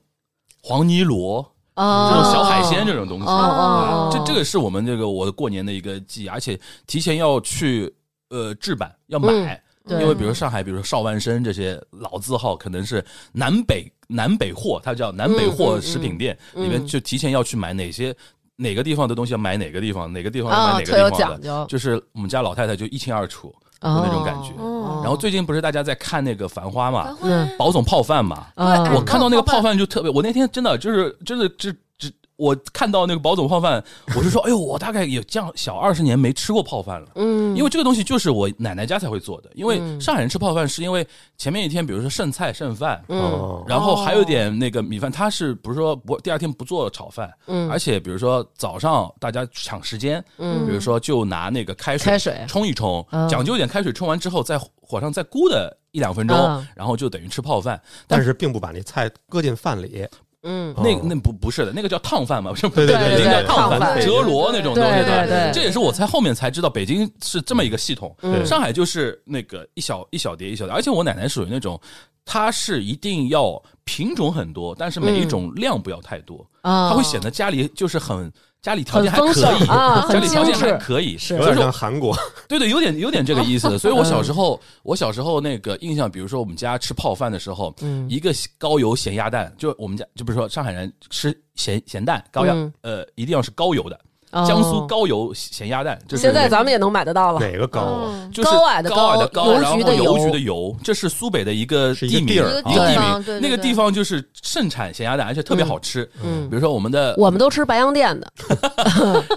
S2: 黄泥螺这
S3: 哦
S2: 种小海鲜啊这种东西。
S3: 哦哦，
S2: 这这个是我们这个我的过年的一个记忆，而且提前要去呃制版要买，
S3: 嗯对
S2: 因为比如上海，比如说邵万生这些老字号，可能是南北南北货，它叫南北货
S3: 嗯嗯
S2: 食品店、
S3: 嗯
S2: 里面，就提前要去买哪些哪个地方的东西要买哪个地方，哪个地方要买
S3: 啊，
S2: 哪个
S3: 特
S2: 地
S3: 有
S2: 方的。
S3: 讲究，
S2: 就是我们家老太太就一清二楚，那种感觉。
S5: 哦
S2: 然后最近不是大家在看那个《繁花》嘛，
S5: 花
S3: 嗯
S2: 宝总泡饭嘛，
S3: 啊
S5: 哎
S2: 我看到那个泡
S5: 泡
S2: 饭就特别，我那天真的就是真的只只我看到那个宝总泡饭，我是说，哎呦，我大概有这样小二十年没吃过泡饭了。
S3: 嗯，
S2: 因为这个东西就是我奶奶家才会做的，因为上海人吃泡饭是因为前面一天比如说剩菜剩饭，啊
S3: 嗯
S4: 哦，
S2: 然后还有点那个米饭，他是不是说不第二天不做炒饭，
S3: 嗯
S2: 而且比如说早上大家抢时间，比
S3: 嗯
S2: 如说就拿那个开水
S3: 开水
S2: 冲一冲，
S3: 嗯
S2: 讲究一点开水冲完之后，在火上再咕的一两分钟，
S3: 嗯
S2: 然后就等于吃泡饭。
S4: 但是并不把那菜搁进饭里。
S3: 嗯
S2: 那
S4: 哦
S2: 那不不是的，那个叫烫饭嘛，是不
S4: 对对对
S2: 北京
S4: 对
S2: 叫
S4: 对
S2: 烫
S3: 烫
S2: 饭、
S3: 饭
S2: 折罗那种东西
S3: 对
S2: 的。
S3: 对对
S2: 这也是我才后面才知道，北京是这么一个系统。
S4: 对
S2: 上海就是那个一小一小碟一小碟，而且我奶奶属于那种，她是一定要品种很多，但是
S3: 嗯
S2: 每一种量不要太多，
S3: 啊
S2: 她会显得家里就是很家里条件还
S3: 很
S2: 可
S3: 丰盛
S2: 以，
S3: 啊
S2: [LAUGHS] 家里条件
S3: 很精
S2: 还
S3: 致
S2: 可以，
S3: 是
S4: 有
S2: 所以
S4: 点
S2: 说
S4: 像韩国，
S2: 对对，有点有点这
S3: 哦
S2: 个意思的。所以我
S3: 嗯
S2: 小时候，我小时候那个印象，比如说我们家吃泡饭的时候，
S3: 嗯
S2: 一个高油咸鸭蛋，就我们家就比如说上海人吃咸咸蛋高压，
S3: 嗯
S2: 呃，一定要是高油的，
S3: 哦
S2: 江苏高油咸鸭蛋，就是
S3: 现在咱们也能买得到了，
S4: 哪个高啊？
S5: 嗯
S2: 就是
S3: 高矮的
S2: 高矮的
S3: 高
S2: 高，
S3: 邮
S2: 然
S3: 局
S2: 后
S3: 的
S2: 邮
S3: 邮
S2: 局的邮，这是苏北的一个
S4: 是一个
S2: 地名，
S4: 地儿哦
S2: 一
S5: 啊
S2: 个地
S3: 对
S2: 名，
S5: 对对
S2: 那个
S5: 对
S2: 地方就是盛产咸鸭蛋，而且特别好吃。
S3: 嗯
S2: 比如说我们的
S3: 我们都吃白洋淀的，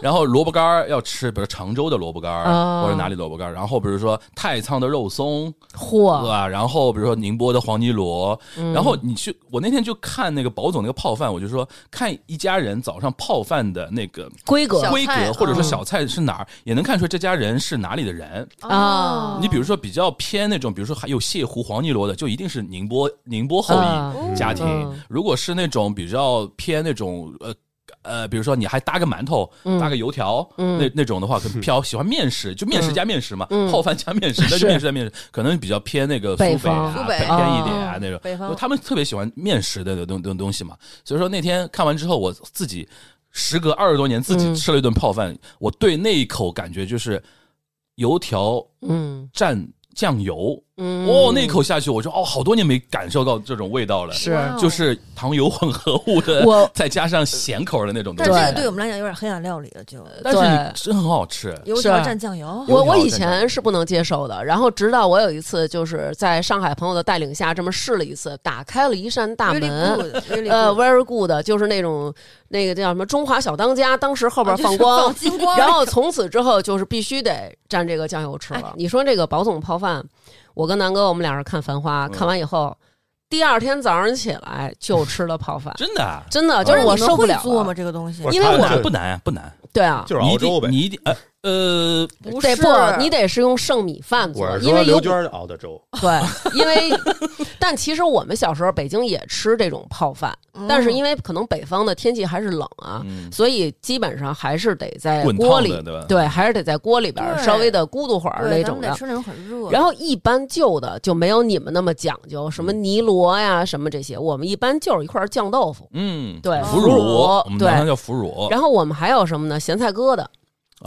S2: 然后萝卜干儿要吃，比如常州的萝卜干儿、
S3: 哦
S2: 或者哪里萝卜干儿，然后比如说太仓的肉松，对
S3: 嚯，
S2: 吧？然后比如说宁波的黄泥螺，
S5: 嗯
S2: 然后你去，我那天就看那个宝总那个泡饭，我就说看一家人早上泡饭的那个
S3: 规格
S5: 小
S2: 规
S5: 菜
S2: 格，或者说
S5: 嗯
S2: 小菜是哪儿，也能看出来这家人是哪里的人。
S3: 啊
S5: 哦
S2: 你比如说比较偏那种，比如说还有蟹糊黄泥螺的，就一定是宁波宁波后
S3: 啊
S2: 裔家庭。
S3: 嗯
S2: 如果是那种比较偏那种呃。呃，比如说你还搭个馒头，
S3: 嗯
S2: 搭个油条，那那种的话，可能比较喜欢面食，就面食加面食嘛，泡饭加面食，但是面食加面食，可能比较偏那个苏
S3: 嗯北
S2: 北啊
S3: 方，
S5: 苏
S2: 北
S5: 北
S2: 偏一
S3: 嗯
S2: 点啊
S5: 哦
S2: 那种。
S5: 北方
S2: 就他们特别喜欢面食的那东东东西嘛，所以说那天看完之后，我自己时隔二十多年自己
S3: 嗯
S2: 吃了一顿泡饭，我对那一口感觉就是油条
S3: 嗯
S2: 蘸酱油，
S3: 嗯，
S2: 哦，那口下去，我说哦，好多年没感受到这种味道了，
S3: 是
S2: [LAUGHS] 就是糖油混合物的，
S3: 我
S2: 再加上咸口的那种东西。
S5: 但是这个
S3: 对
S5: 对我们来讲有点黑暗料理了，就
S3: 呃
S2: 但是你真很好吃，
S5: 油条蘸酱油，
S3: 我我
S2: 油条蘸
S3: 以
S2: 酱
S3: 前是不能接受的，然后直到我有一次就是在上海朋友的带领下这么试了一次，打开了一扇大
S5: Really
S3: 门。
S5: good, really
S3: 呃
S5: good
S3: ，very good，就是那种那个叫什么中华小当家，当时后边放光，
S5: 啊就是放金光
S3: 然后从此之后就是必须得蘸这个酱油
S5: 哎
S3: 吃了。你说这个宝总泡饭，我跟南哥我们俩人看《繁花》，看完以后，第二天早上起来就吃了泡饭，
S2: 真的啊，
S3: 真的就是
S5: 是
S3: 我
S5: 你们
S3: 受不
S5: 会
S3: 了
S5: 做
S3: 了
S5: 吗？这个东西
S4: 我
S3: 因为
S4: 看
S3: 我
S4: 着
S2: 不难啊，不难，
S3: 对啊，
S4: 就是
S2: 你
S4: 熬
S2: 一
S4: 粥
S2: 定
S4: 呗。
S2: 你一定呃呃，
S5: 不
S3: 得
S5: 是
S3: 不，你得是用剩米饭做
S4: 我，是
S3: 因
S4: 说
S3: 为有嗯
S4: 刘娟儿熬的粥，
S3: 对，因为但其实我们小时候北京也吃这种泡饭，
S5: 嗯
S3: 但是因为可能北方的天气还是冷啊，
S2: 嗯
S3: 所以基本上还是得在
S2: 滚烫
S3: 锅
S2: 的
S3: 里
S2: 对吧
S3: 还是得在锅里边儿
S5: 对
S3: 稍微的咕嘟会儿
S5: 嗯对，
S3: 那
S5: 咱
S3: 种
S5: 们得
S3: 的。
S5: 吃那种很热的，
S3: 然后一般旧的就没有你们那么讲究，什么泥螺呀，什么这些，我们一般就是一块儿酱豆腐。
S2: 嗯，
S3: 对
S2: 腐
S3: 腐
S2: 乳，
S3: 乳
S2: 我们
S3: 对
S2: 南方叫腐乳
S3: 然后我们还有什么呢？咸菜疙瘩，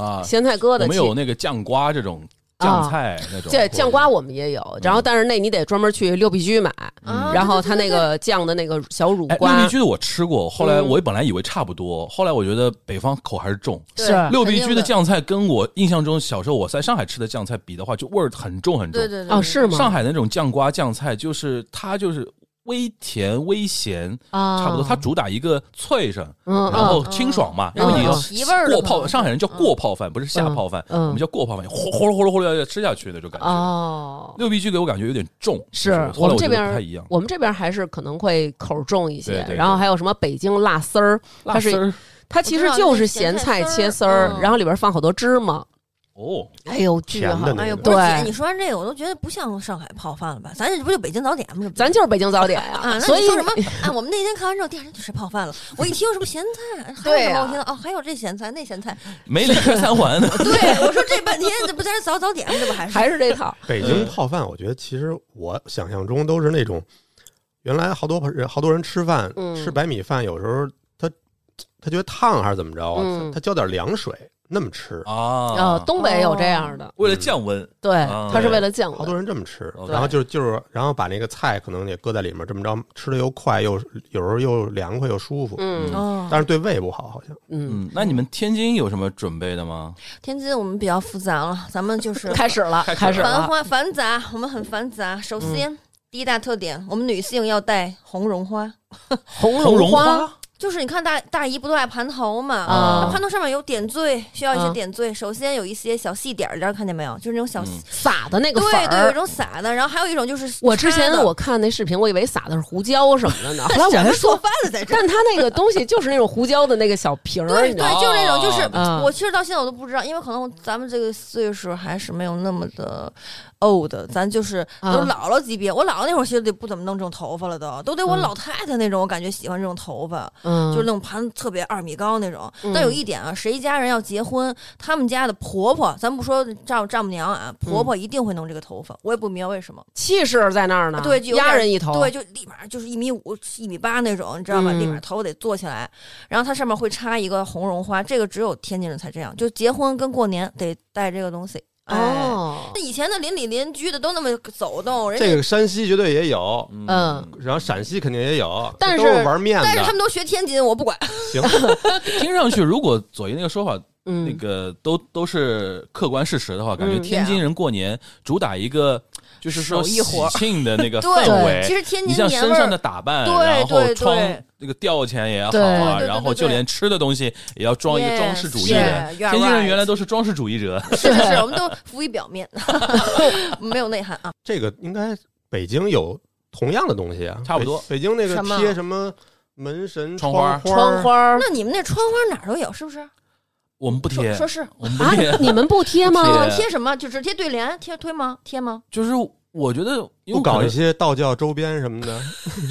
S2: 啊，
S3: 咸菜疙
S2: 我
S3: 瘩
S2: 们
S3: 其，
S2: 有那个酱瓜这种酱
S3: 啊
S2: 菜那种，
S3: 这酱瓜我们也有。
S2: 嗯
S3: 然后，但是那你得专门去六必居买，
S5: 啊
S3: 然后
S5: 对对
S3: 它
S5: 对
S3: 那个酱的那个小乳
S2: 哎，
S3: 瓜。
S2: 六必居的我吃过，后来我本来以为差不多，后来我觉得北方口还是重。
S5: 对
S3: 是
S2: 六必居的
S5: 肯定
S2: 酱菜跟我印象中小时候我在上海吃的酱菜比的话，就味儿很重很重。
S5: 对对对
S3: 哦，是吗？
S2: 上海的那种酱瓜酱菜，就是它就是微甜微咸，
S3: 啊，
S2: 差不多。它主打一个脆声，
S3: 嗯
S2: 然后
S5: 嗯
S2: 清爽嘛，因
S3: 嗯
S2: 为你要
S3: 嗯
S5: 提味儿的
S2: 过
S5: 嘛
S2: 泡，
S5: 是
S2: 上海人叫过泡饭，不是下泡饭，
S3: 嗯嗯
S2: 我们叫过泡饭，呼呼噜呼噜呼噜要吃下去那种感觉。
S3: 哦，
S2: 六必居给我感觉有点重，
S3: 是
S2: 就是后来
S3: 我们
S2: 我觉得
S3: 这
S2: 不太
S3: 边
S2: 一样。
S3: 我们这边还是可能会口重一
S2: 对
S3: 些
S2: 对，对
S3: 然后还有什么北京辣丝儿，
S2: 辣
S3: 它
S2: 丝
S3: 是
S2: 儿
S3: 它其实就是咸菜切丝儿
S5: 我知道那是咸菜丝儿，嗯
S3: 然后里边放好多芝麻，
S2: 哦，
S3: 哎呦，巨
S4: 甜
S3: 好
S4: 的。那
S5: 哎呦，
S4: 个
S5: 不是
S3: 对
S5: 姐，你说完这个，我都觉得不像上海泡饭了吧？咱这不就北京早点吗？这不
S3: 咱就是北京早点
S5: 啊，那
S3: 呀，
S5: 你
S3: 所以
S5: 说什么？啊，我们那天看完之后，第二天就吃泡饭了。我一听什么咸
S3: [LAUGHS]
S5: 菜，还有
S3: 对
S5: 什么？
S3: 啊
S5: 我听到哦，还有这咸菜那咸菜。
S2: 没离开三
S5: [LAUGHS]
S2: 环，
S5: 对，我说这半天这不在这早早点吗，这不还是
S3: 还是这套，
S4: 北京泡饭，我觉得其实我想象中都是那种，原来好多人好多人吃饭
S3: 嗯
S4: 吃白米饭，有时候他他觉得烫还是怎么着啊
S3: 嗯，
S4: 他浇点凉水，那么吃，
S3: 呃，
S2: 啊，
S3: 东北有这样的，
S2: 为了降温，
S3: 哦对
S2: 啊，
S3: 它是为了降
S4: 好多
S3: 温。
S4: 人这么吃，
S2: OK
S4: 然后就是就是，然后把那个菜可能也搁在里面，这么着吃的又快又有时候又凉快又舒服，
S3: 嗯
S5: 哦，
S4: 但是对胃不好，好像
S3: 嗯，
S2: 嗯，那你们天津有什么准备的吗？
S5: 天津我们比较复杂了，咱们就是
S3: 开始了，嗯开始
S5: 繁
S3: 了。
S5: 花繁杂，我们很繁杂。首先、第一大特点，我们女性要戴红绒花，
S3: 红
S2: 红
S3: 绒
S2: 绒
S3: 花，
S5: 就是你看大大姨不都爱盘头嘛？
S3: 啊
S5: 盘头上面有点缀，需要一些
S3: 啊
S5: 点缀。首先有一些小细点儿，大家看见没有？就是那种小。
S2: 嗯
S3: 撒的那个
S5: 对
S3: 粉
S5: 对，有一
S3: 儿。
S5: 种撒的，然后还有一种就是
S3: 我之前
S5: 插的
S3: 我看那视频，我以为撒的是胡椒什么的呢，后来我还
S5: 想着做
S3: 说，
S5: 饭的在这儿。
S3: 但它那个东西就是那种胡椒的那个小瓶儿，
S5: 对
S3: 你知
S5: 对，
S3: 道吗
S5: 就是那种，就是、
S3: 啊
S5: 我其实到现在我都不知道，因为可能咱们这个岁数还是没有那么的 old，咱就是
S3: 啊
S5: 都老了级别。我姥姥那会儿其实得不怎么弄这种头发了都，都得我
S3: 嗯
S5: 老太太那种，我感觉喜欢这种头发，
S3: 嗯，
S5: 就是那种盘特别二米高那种。
S3: 嗯
S5: 但有一点啊，谁家人要结婚，他们家的婆婆，咱不说丈丈母娘啊，
S3: 嗯
S5: 婆婆一定会弄这个头发，我也不明白为什么。
S3: 气势在那儿呢，
S5: 对就有点
S3: 啊压人一头，
S5: 对，，就立马就是一米五、一米八那种，你知道吧？
S3: 嗯
S5: 立马头得坐起来，然后它上面会插一个红绒花，这个只有天津人才这样，就结婚跟过年得带这个东西。哎，
S3: 哦
S5: 那，以前的邻里邻居的都那么走动，人家、
S4: 这个山西绝对也有，
S3: 嗯，
S4: 然后陕西肯定也有，
S3: 但是
S4: 都是玩面
S2: 啊
S5: 但是他
S4: 的，
S5: 们都学天津，我不管。
S4: 行，
S2: 听上去如果左一那个说法，那
S3: 嗯，
S2: 个都都是客观事实的话，感觉
S3: 嗯
S2: 天津人过年主打一个就是说
S5: 啊手艺
S2: 喜
S5: 活儿
S2: 庆的那个氛
S5: [LAUGHS] 对，其
S2: 围。
S5: 实天
S2: 你
S5: 津
S2: 像
S5: 年
S2: 身
S5: 味
S2: 上的
S5: 儿，
S2: 打扮，
S5: 对
S2: 然后
S5: 对
S2: 穿
S5: 对
S2: 那个吊钱也好
S3: 对对
S2: 啊，
S5: 对对
S2: 然后
S5: 对
S2: 就
S5: 对
S2: 连吃的东西也要装一个
S5: Yes，
S2: 装饰主义
S5: yeah，
S2: 的。
S5: you're
S2: 天津人
S5: right
S2: 原来都是装饰主义者， [LAUGHS]
S5: 是是是，我们都浮于表面， [LAUGHS] 没有内涵啊。
S4: 这个应该北京有同样的东西啊，
S2: 差不多
S4: 北。北京那个
S5: 什么
S4: 贴什么门神
S2: 窗花
S4: 花
S3: 窗花儿
S5: 那你们那窗花哪儿都有是不是？
S2: 我们不贴呃
S5: 说，说是
S2: 我们不
S3: 啊
S2: 贴，，
S3: 你们不贴
S2: 不
S3: 吗？
S2: 对
S5: 贴什么？就直接对联贴推吗？贴吗？
S2: 就是我觉得因为
S4: 不搞一
S2: 些
S4: 些道教周边什么的，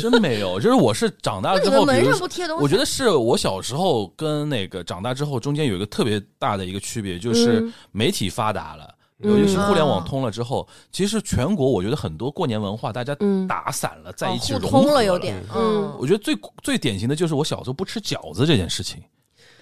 S2: 真没有，就是我是长大
S5: 那
S2: 了
S5: 你
S2: 之
S5: 们
S2: 后，比
S5: 门
S2: 如
S5: 上
S2: 说。
S5: 不贴东西？啊
S2: 我觉得是我小时候跟那个长大之后中间有一个特别大的一个区别，就是
S3: 嗯
S2: 媒体发达了，
S4: 嗯
S2: 尤其是互联
S5: 啊
S2: 网通了之后，其实全国我觉得很多过年文化大家
S3: 嗯
S2: 打散了，在一起
S5: 哦
S2: 哎融
S5: 互
S2: 合
S5: 通了有点，
S3: 嗯
S5: 嗯，
S2: 我觉得最最典型的就是我小时候不吃饺子这件事情，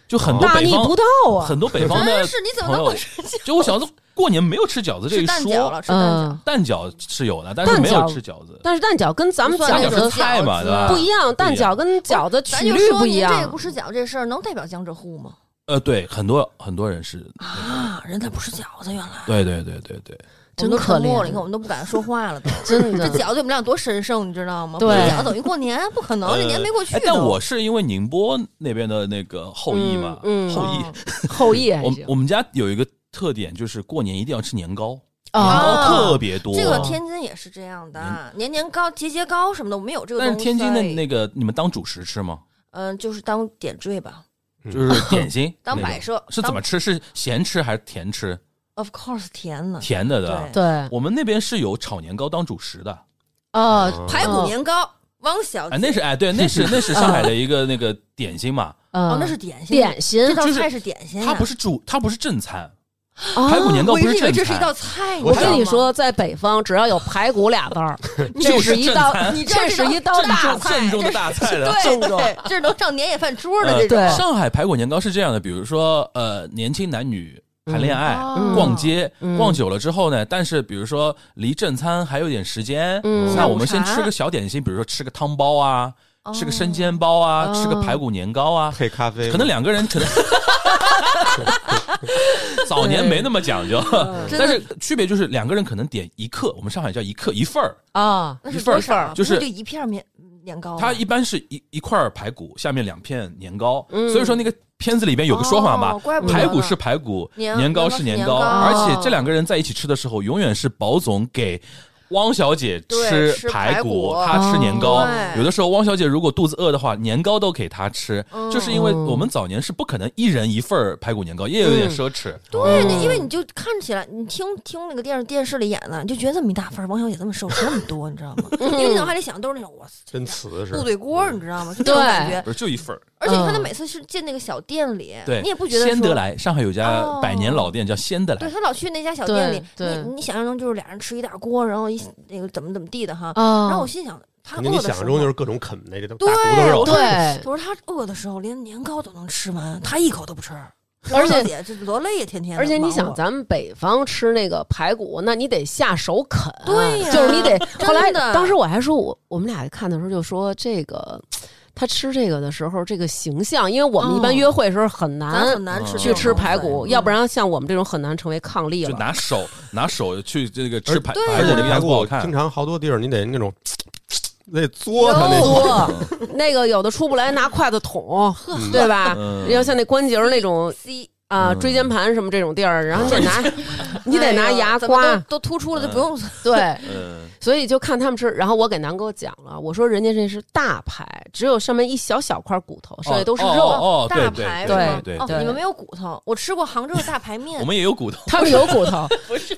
S2: 就很多
S3: 大
S2: 北
S3: 逆
S2: 方
S3: 不道啊！
S2: 很多北方的
S5: [LAUGHS] 真是你怎么
S2: 嗯朋
S5: 能
S2: 友
S5: 不，吃饺？
S2: 就我小时候过年没有吃饺子这
S5: 吃
S2: 一
S5: 蛋饺
S2: 说，
S5: 了，吃蛋饺。
S3: 嗯
S2: 蛋饺是有的，但是没
S3: 蛋
S2: 有
S3: 饺
S2: 吃饺子。
S3: 但是蛋饺跟咱们
S5: 不算
S2: 蛋
S3: 饺
S5: 那
S2: 饺是
S5: 种
S3: 子
S2: 菜嘛，对吧？
S5: 饺子啊
S3: 不一样，蛋饺跟饺子
S5: 咱
S3: 曲
S5: 就
S3: 率
S5: 说
S3: 不一
S5: 您这个
S3: 样
S5: 不。吃饺子这事儿能代表江浙沪吗？
S2: 呃，对，很多很多人是，
S5: 啊，人家不吃饺子，原来
S2: 对对对对对。
S5: 我们
S3: 真
S5: 都
S3: 可
S5: 沉默
S3: 怜
S5: 了，你看我们都不敢说
S3: [LAUGHS]
S5: 话了都。
S3: 真
S5: 这 [LAUGHS]
S3: 的，
S5: 饺子对我们俩多神圣，你知道吗？
S3: 对
S5: 不吃饺子等于过年，不可能，这年没过去
S2: 哎
S5: 都。
S2: 但我是因为宁波那边的那个后裔嘛，
S3: 嗯嗯
S2: 后裔，
S5: 嗯
S3: 后羿还
S2: 我
S3: 行
S2: 我们家有一个特点，就是过年一定要吃年糕，年
S3: 啊，
S2: 糕特别多。
S5: 哦这个天津也是这样的，年年糕、节节糕什么的，我们有这个
S2: 但是
S5: 东西。
S2: 天津的那个，你们当主食吃吗？
S5: 嗯，就是当点缀吧，
S4: 嗯
S2: 就是点心
S5: [COUGHS] 当
S2: 那种
S5: 嗯摆设
S2: 是怎么吃？是咸吃还是甜吃？
S5: of course 甜呢，
S2: 甜的的。
S3: 对
S5: 哦
S2: 我们那边是有炒年糕当主食的，
S3: 啊，
S5: 排骨年糕，汪小姐
S2: 哎，那是哎对，那是那是上海的一个那个点心
S5: [LAUGHS]
S2: 嘛，
S5: 哦
S3: 哦，
S5: 那是点心，
S3: 点心
S5: 这，道
S2: 就是
S5: 菜是点心呀，哦
S2: 它不是主，它不是正餐，
S3: 啊
S2: 排骨年糕
S5: 我一
S2: 不
S5: 直以为
S2: 正
S5: 这是一道
S2: 餐，
S5: 菜，
S4: 我
S3: 我
S5: 知道
S3: 跟
S5: 吗
S3: 你，说，在北方，只要有排骨俩字
S5: [LAUGHS]
S3: 儿，这是一道，
S5: 你知道
S3: 这是一道
S5: 这道
S3: 大
S2: 正
S3: 菜
S2: 正。宗的大菜的。
S5: 对
S3: 正宗
S5: 对，这是能上年夜饭桌的
S2: 呃
S5: 这种。
S3: 对
S2: 上海排骨年糕是这样的，比如说呃，年轻男女谈恋爱、
S5: 嗯
S2: 逛街、
S3: 嗯
S2: 逛久了之后呢，但是比如说离正餐还有点时间，
S3: 嗯
S2: 那我们先
S5: 下午茶哦
S2: 吃个小点心，比如说吃个汤包啊，吃个生煎包啊，
S3: 哦
S2: 吃个排骨年糕啊，
S4: 配咖啡吗，
S2: 可能两个人可
S5: [LAUGHS]
S2: 能。早年没那么讲究，
S5: 真的
S2: 但是区别就是两个人可能点一克，我们上海叫一克一份儿，
S3: 啊，
S5: 那
S2: 一
S5: 是
S2: 份儿
S5: 多少啊？
S2: 就是
S5: 不就一片面年糕吗，啊
S2: 它一般是一一块儿排骨，下面两片年糕，所以说那个片子里边有个说法嘛
S5: 嗯哦怪，不得呢
S2: 排骨是排骨，
S5: 年
S2: 年糕
S5: 年糕
S2: 是
S5: 是
S2: 年
S5: 年
S2: 糕，
S5: 糕
S2: 而且这两个人在一起吃的时候，永远是宝总给。汪小姐
S5: 对
S2: 吃
S5: 吃
S2: 排
S5: 排
S2: 骨
S5: 骨，
S2: 她吃年糕
S5: 哦。对
S2: 有的时候，汪小姐如果肚子饿的话，年糕都给她吃，
S5: 嗯
S2: 就是因为我们早年是不可能一人一份儿排骨年糕，也有点奢侈。
S5: 对，
S2: 嗯
S5: 那因为你就看起来，你听听那个电视电视里演的，你就觉得这么一大份儿，王小姐这么瘦，吃那么多，你知道吗？因为你脑海里想的都是那种哇塞，
S4: 真瓷嗯实
S5: 部，队锅，你知道吗？就那种感觉。
S2: 不是就一份儿，
S5: 而且你看他
S3: 嗯
S5: 每次是进那个小店里，
S2: 对，
S5: 你也不觉得
S2: 鲜
S5: 说
S2: 得来，上海有家
S5: 哦
S2: 百年老店叫鲜得来
S5: 对，他老去那家小店里，
S3: 对对
S5: 你你想象中就是俩人吃一大锅，然后一那个怎么怎么地的哈。
S3: 啊，
S5: 然后我心想，他
S4: 肯
S5: 饿
S4: 定你
S5: 的时
S4: 想象
S5: 候，
S4: 中就是各种啃那个大
S5: 对
S4: 骨头肉，
S5: 我
S3: 对
S5: 我说他饿的时候连年糕都能吃完，他一口都不吃。
S3: [LAUGHS] 而
S5: [LAUGHS]
S3: 且
S6: 姐这罗勒也天天的
S3: 而且你
S6: 忙
S3: 想，
S6: 活
S3: 咱们北方吃那个排骨，那你得下手啃，
S5: 对呀
S3: 就是你得。
S5: 的
S3: 后来当时我还说我我们俩看的时候就说这个，他吃这个的时候这个形象，因为我们一
S5: 哦
S3: 般
S6: 嗯
S3: 约会的时候很
S6: 咱
S3: 难
S6: 很难吃这
S2: 嗯
S3: 去
S6: 种
S3: 吃
S6: 东
S3: 排
S6: 西
S3: 骨，
S6: 嗯
S3: 要不然像我们这种很难成为佝力
S2: 就
S3: 了。
S2: 拿手拿手去这个吃
S4: 而
S2: 排
S5: 对
S2: 排
S4: 而
S2: 骨，
S4: 且
S2: 这
S4: 这
S2: 个
S4: 排
S2: 样子不好
S4: 骨
S2: 看
S4: 经。常好多地儿你得那种得嘬它那种。
S3: 多， [LAUGHS] 那个有的出不来，拿筷子捅，对 [LAUGHS] 吧？
S2: 嗯
S3: 要像那关节儿那种
S5: C，
S3: 啊，
S2: 嗯
S3: 椎间盘什么这种地儿，然后你得拿， [LAUGHS] 你得拿
S5: 哎呦
S3: 牙
S5: 怎么
S3: 刮
S5: 都，都突出了就
S2: 嗯
S5: 不用
S3: 对，
S2: 嗯，
S3: [LAUGHS] 所以就看他们吃。然后我给南哥讲了，我说人家这是大排，只有上面一小小块骨头，剩下都是
S2: 哦
S3: 肉。
S2: 哦，哦
S5: 大
S2: 对
S5: 排
S2: 对
S5: 是吗
S2: 对
S5: 哦
S3: 对
S5: 你们没有骨头，我吃过杭州的大排面，
S2: 我们也有骨头，
S3: 他们有
S2: [LAUGHS]
S3: 骨头，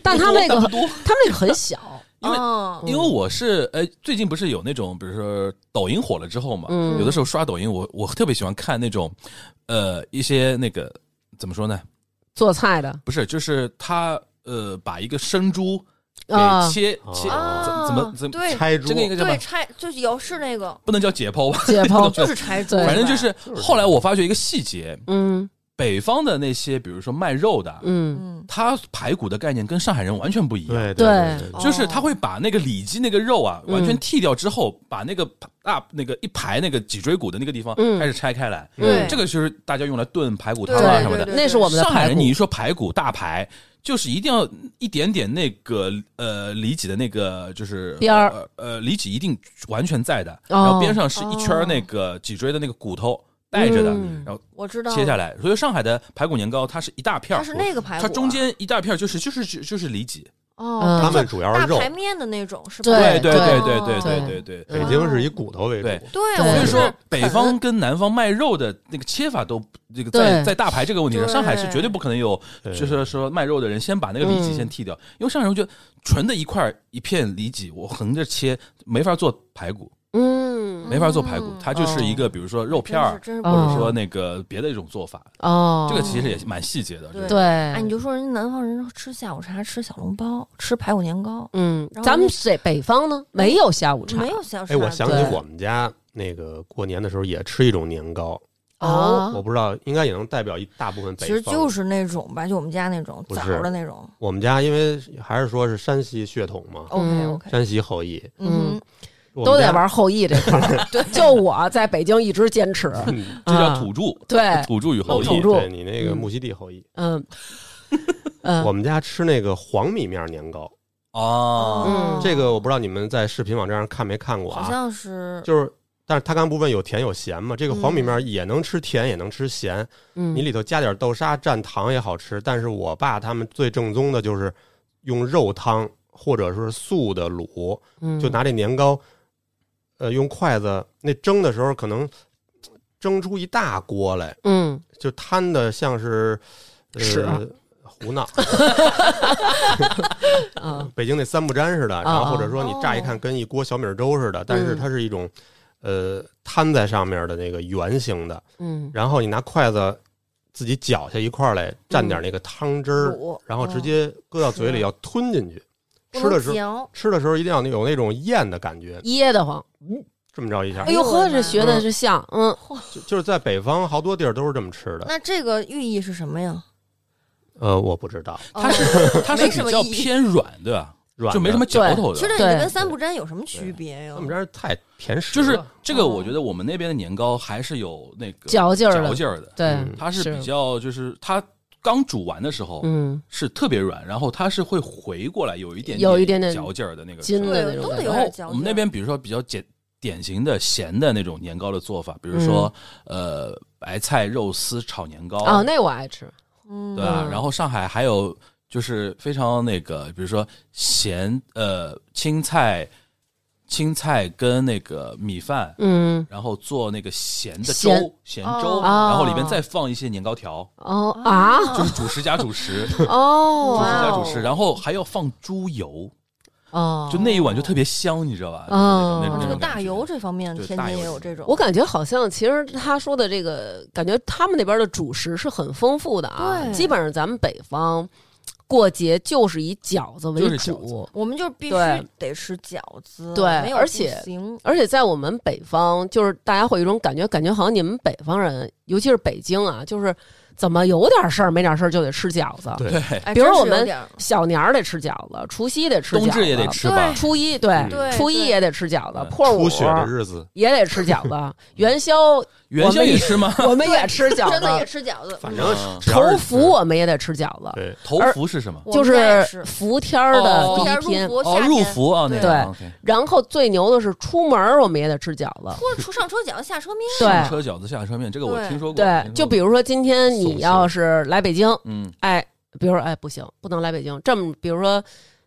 S3: 但他们那个
S2: 不多
S3: 他们那个
S2: [LAUGHS]
S3: 很小，
S2: 因为
S5: 哦
S3: 嗯
S2: 因为我是呃，最近不是有那种，比如说抖音火了之后嘛，
S3: 嗯
S2: 有的时候刷抖音，我我特别喜欢看那种，呃，一些那个怎么说呢？
S3: 做菜的
S2: 不是，就是他呃，把一个生猪给
S3: 啊，
S2: 切、
S4: 哦
S2: 切，
S5: 啊
S2: 怎怎么怎么，
S5: 对
S4: 拆猪
S2: 这个应该叫什
S5: 对
S2: 么？
S5: 拆就是有是那个
S2: 不能叫解剖吧？
S3: 解剖，
S5: 就是拆猪，
S3: 对
S2: [LAUGHS] 反正就是
S4: 是
S2: 后来我发觉一个细节，
S3: 嗯
S2: 北方的那些，比如说卖肉的，
S3: 嗯，
S5: 嗯
S2: 他排骨的概念跟上海人完全不一样。
S4: 对
S3: 对
S4: 对
S5: 哦
S2: 就是他会把那个里脊那个肉啊，
S3: 嗯
S2: 完全剃掉之后，把那个大那个一排那个脊椎骨的那个地方
S3: 嗯
S2: 开始拆开来，
S5: 对
S2: 这个就是大家用来炖排骨汤
S5: 对
S2: 啊
S3: 对
S2: 什么的。
S5: 对
S3: 那是我们的
S2: 上海
S3: 排
S2: 人，
S3: 骨
S2: 你一说排骨大排，就是一定要一点点那个呃里脊的那个就是
S3: 边儿
S2: 呃呃里脊一定完全在的，
S3: 哦
S2: 然后边上是一
S5: 哦
S2: 圈那个脊椎的那个骨头带着的，
S3: 嗯
S2: 然后
S5: 我知道
S2: 切下
S5: 来，
S2: 来。所以上海的排骨年糕它是一大片
S5: 它
S2: 儿
S5: 是，那个排骨啊，
S2: 它中间一大片儿就是就是就是就是里脊，
S5: 哦
S3: 嗯，
S4: 他
S5: 对
S4: 们主要是
S5: 大
S4: 肉，
S5: 排面的那种是吧？
S3: 对
S2: 对
S3: 对
S2: 对对
S5: 哦
S2: 对对对。
S4: 北
S3: 嗯啊
S4: 京是以骨头为主。
S2: 对
S5: 对，
S3: 所以
S5: 我
S2: 所以
S5: 是
S2: 说，北
S5: 啃
S2: 方跟南方卖肉的那个切法都这个
S3: 对
S2: 在在大排这个问题上，
S5: 对
S2: 上海是绝对不可能有，
S4: 对
S2: 就是说卖肉的人先把那个里脊先剃掉，因为上海人觉得纯的一块一片里脊，我横着切没法做排骨，
S3: 嗯
S2: 没法做排骨
S5: 嗯，
S2: 它就是一个比如说肉片儿，
S5: 真是真是
S3: 哦
S5: 不
S2: 或
S5: 容
S2: 者说那个别的一种做法，
S3: 哦，
S2: 这个其实也蛮细节的。
S5: 对
S2: 就是
S3: 对，
S5: 易哎，你就说人家南方人吃下午茶，吃小笼包，吃排骨年糕，
S3: 嗯
S5: 然，后
S3: 咱们这北方呢哎没有下午茶，
S5: 没有下午茶。
S4: 哎，我想起
S3: 对
S4: 我们家那个过年的时候也吃一种年糕，
S3: 啊
S4: 我不知道应该也能代表一大部分北
S5: 其
S4: 方。
S5: 实就是那种吧，就我们家那种
S4: 不
S5: 枣
S4: 是
S5: 儿的那种。
S4: 我们家，因为还是说是山西血统嘛，
S3: 嗯
S5: OK OK，
S4: 山西后裔，
S5: 嗯
S4: 我们
S3: 都得
S4: 家
S3: 玩后羿这块 [LAUGHS] 儿。对，就我在北京一直坚持，
S2: 这
S3: 啊
S2: 叫土著，
S3: 对
S2: 土著与后
S3: 土
S2: 裔
S3: 著。
S4: 嗯对你那个
S3: 嗯
S4: 木樨地后裔，
S3: 嗯嗯，
S4: 我们家吃那个黄米面年糕，
S2: 啊，
S3: 嗯
S5: 哦
S4: 这个我不知道你们在视频网站上看没看过
S5: 好
S4: 啊？
S5: 像是
S4: 就是，但是他刚不问有甜有咸嘛？这个黄米面也能吃甜，也能吃咸，
S3: 嗯
S4: 你里头加点豆沙蘸糖也好吃。但是我爸他们最正宗的就是用肉汤或者是素的卤，
S3: 嗯
S4: 就拿这年糕，呃，用筷子那蒸的时候可能蒸出一大锅来。
S3: 嗯
S4: 就摊的像是呃
S3: 屎啊
S4: 胡闹，
S3: 啊
S4: 北京那三不沾似的，然
S3: 啊嗯
S4: 后或者说你乍一看跟一锅小米粥似的，但是它是一种呃摊在上面的那个圆形的，
S3: 嗯
S4: 然后你拿筷子自己搅下一块儿来，蘸点那个汤汁儿，
S5: 卤，
S4: 然后直
S5: 嗯
S4: 接搁到嘴里
S5: 是
S4: 要吞进去，
S3: 哦
S5: 不
S4: 吃的
S5: 能
S4: 时候
S5: 嚼。
S4: 吃的时候一定要有那种咽的感觉，
S3: 噎得慌。
S4: 这么着一下
S3: 哎，呦呵，这学的
S4: 嗯
S3: 是像嗯
S4: 就就是在北方好多地儿都是这么吃的，
S5: 那这个寓意是什么呀？
S4: 呃，我不知道，
S2: 它是它是
S5: 没什么
S2: 比较
S5: 意义
S2: 偏软的啊，
S4: 软
S2: 就没
S4: 的
S2: 什么嚼头的
S5: 其。实你
S3: 对
S5: 跟三不沾有什么区别呀
S4: 他？们这儿太甜食
S2: 就
S4: 了，
S2: 是这个，
S5: 哦
S2: 我觉得我们那边的年糕还是有那个
S3: 嚼劲儿了
S2: 嚼劲儿的。
S3: 对
S4: 嗯，
S2: 它是
S3: 是
S2: 比较就是它刚煮完的时候
S3: 嗯
S2: 是特别软，然后它是会回过来有一点
S3: 有一点点
S2: 嚼劲儿的那个
S3: 筋
S2: 时候
S3: 的那
S5: 对，
S3: 种
S5: 都
S3: 感觉
S5: 得有
S2: 然
S5: 点
S2: 后
S5: 嚼
S2: 哦我们
S5: 劲
S2: 那
S5: 儿
S2: 边比如说比较简典型的咸的那种年糕的做法，
S3: 嗯
S2: 比如说呃白菜肉丝炒年糕，
S3: 哦，那我爱吃。
S5: 嗯
S2: 对啊吧
S3: 嗯？
S2: 然后上海还有就是非常那个，比如说咸呃青菜青菜跟那个米饭，
S3: 嗯
S2: 然后做那个咸的
S3: 咸
S2: 粥，咸粥，
S5: 哦
S2: 然后里面再放一些年糕条，
S3: 哦啊
S2: 就是主食加主
S3: [LAUGHS]
S2: 食，主食
S3: 哦
S5: 哇
S2: 加
S5: 哦
S2: 主食，然后还要放猪油，
S3: 哦，
S2: 就那一碗就特别香，你知道吧？
S3: 哦
S2: 就是那种那
S5: 啊这
S2: 种
S5: 个
S2: 那种感
S5: 大
S2: 觉
S5: 油这方面，
S2: 对
S5: 天
S2: 大
S5: 津也
S2: 油
S5: 有这种。
S3: 我感觉好像，其实他说的这个，感觉他们那边的主食是很丰富的啊。
S5: 对
S3: 基本上咱们北方过节就是以饺子为
S2: 就是饺子
S3: 主，
S5: 我们就是必须
S3: 对
S5: 得吃饺子，
S3: 对
S5: 没有
S3: 而
S5: 不
S3: 且
S5: 行，
S3: 而且在我们北方，就是大家会有一种感觉，感觉好像你们北方人，尤其是北京啊，就是怎么有点事儿没点事儿就得吃饺子？
S4: 对
S2: 对，
S5: 哎
S3: 比如
S5: 真是
S3: 我
S5: 有
S3: 们
S5: 点儿
S3: 小年儿得吃饺子，除夕得吃饺子，
S2: 冬至也得吃吧？
S3: 初一对，
S5: 对
S3: 初一
S5: 对
S3: 也得吃饺子
S2: 嗯，
S3: 破
S4: 出
S3: 五
S4: 血的日子，
S3: 也得吃饺子，元宵
S2: 元宵也吃吗？
S3: 我们也吃饺
S5: 真的也
S3: 子，
S5: 吃饺子，
S4: 反
S2: 嗯
S4: 正只要是
S3: 头伏我们也得吃饺子，
S4: 对，
S2: [LAUGHS] 头伏是什么？
S5: 我
S3: 就
S5: 们家
S3: [LAUGHS]
S5: 也
S3: 是
S5: 是
S3: 伏天儿
S2: 哦
S3: 的
S5: 伏
S3: 第
S5: 天
S3: 一
S5: 儿入
S3: 天。
S5: 伏，
S2: 哦，
S5: 夏
S2: 入
S5: 天
S2: 伏啊，那
S3: 对
S2: 个 OK
S3: 然后最牛的是出门儿我们也得吃饺子，
S5: 或者出上车饺子下车面，
S2: 上
S3: 对
S2: 车饺子下车面，这个我
S5: 对
S2: 听说过。
S3: 对，就比
S2: 如
S3: 如说今天
S4: 送
S3: 你
S4: 行
S3: 要是来北京，
S2: 嗯
S3: 哎，比如说哎不行，不能来北京，这么比如说。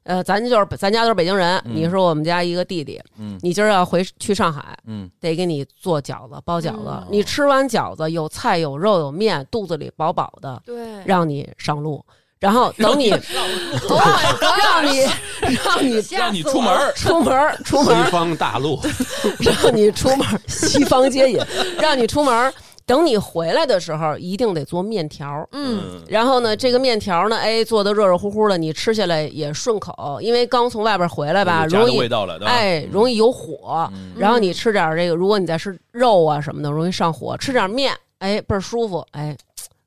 S3: 呃，咱就是咱家都是北京人，
S2: 嗯
S3: 你是我们家一个弟弟，
S2: 嗯
S3: 你今儿要回去上海，
S2: 嗯，
S3: 得给你做饺子、包饺子。
S5: 嗯
S3: 你吃完饺子，有菜有肉有面，肚子里饱饱的， [LAUGHS]
S5: 对，
S3: 让你上路。然后
S2: [LAUGHS]
S3: 等你，
S5: 啊
S3: [LAUGHS] 让你 [LAUGHS] 让你
S2: 让你出门儿
S3: 出门儿出门
S4: 西
S3: 儿，
S4: 方大陆，
S3: [LAUGHS] 让你出门儿，西方街饮，让你出门儿。等你回来的时候，一定得做面条儿。
S5: 嗯，
S3: 然后呢，这个面条儿呢，哎，做的热热乎乎的，你吃下来也顺口，因为刚从外边回来吧，
S2: 有家
S3: 容
S2: 的味
S3: 易
S2: 道嗯了，对吧？
S3: 哎容易有火，然后你吃点儿这个，如果你再吃肉啊什么的，容易上火；吃点儿面，哎，倍儿舒服，哎，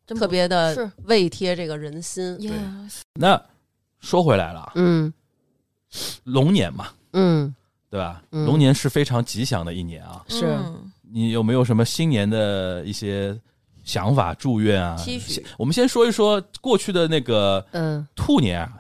S5: 真
S3: 特别的
S5: 是
S3: 胃贴这个人心。
S5: 呀，
S2: 那说回来了啊，
S3: 嗯
S2: 龙年嘛，
S3: 嗯，
S2: 对吧？
S3: 嗯
S2: 龙年是非常吉祥的一年啊。
S3: 是
S5: 嗯
S2: 你有没有什么新年的一些想法、祝愿啊？
S5: 期许
S2: 先我们先说一说过去的那个
S3: 嗯，
S2: 兔年啊，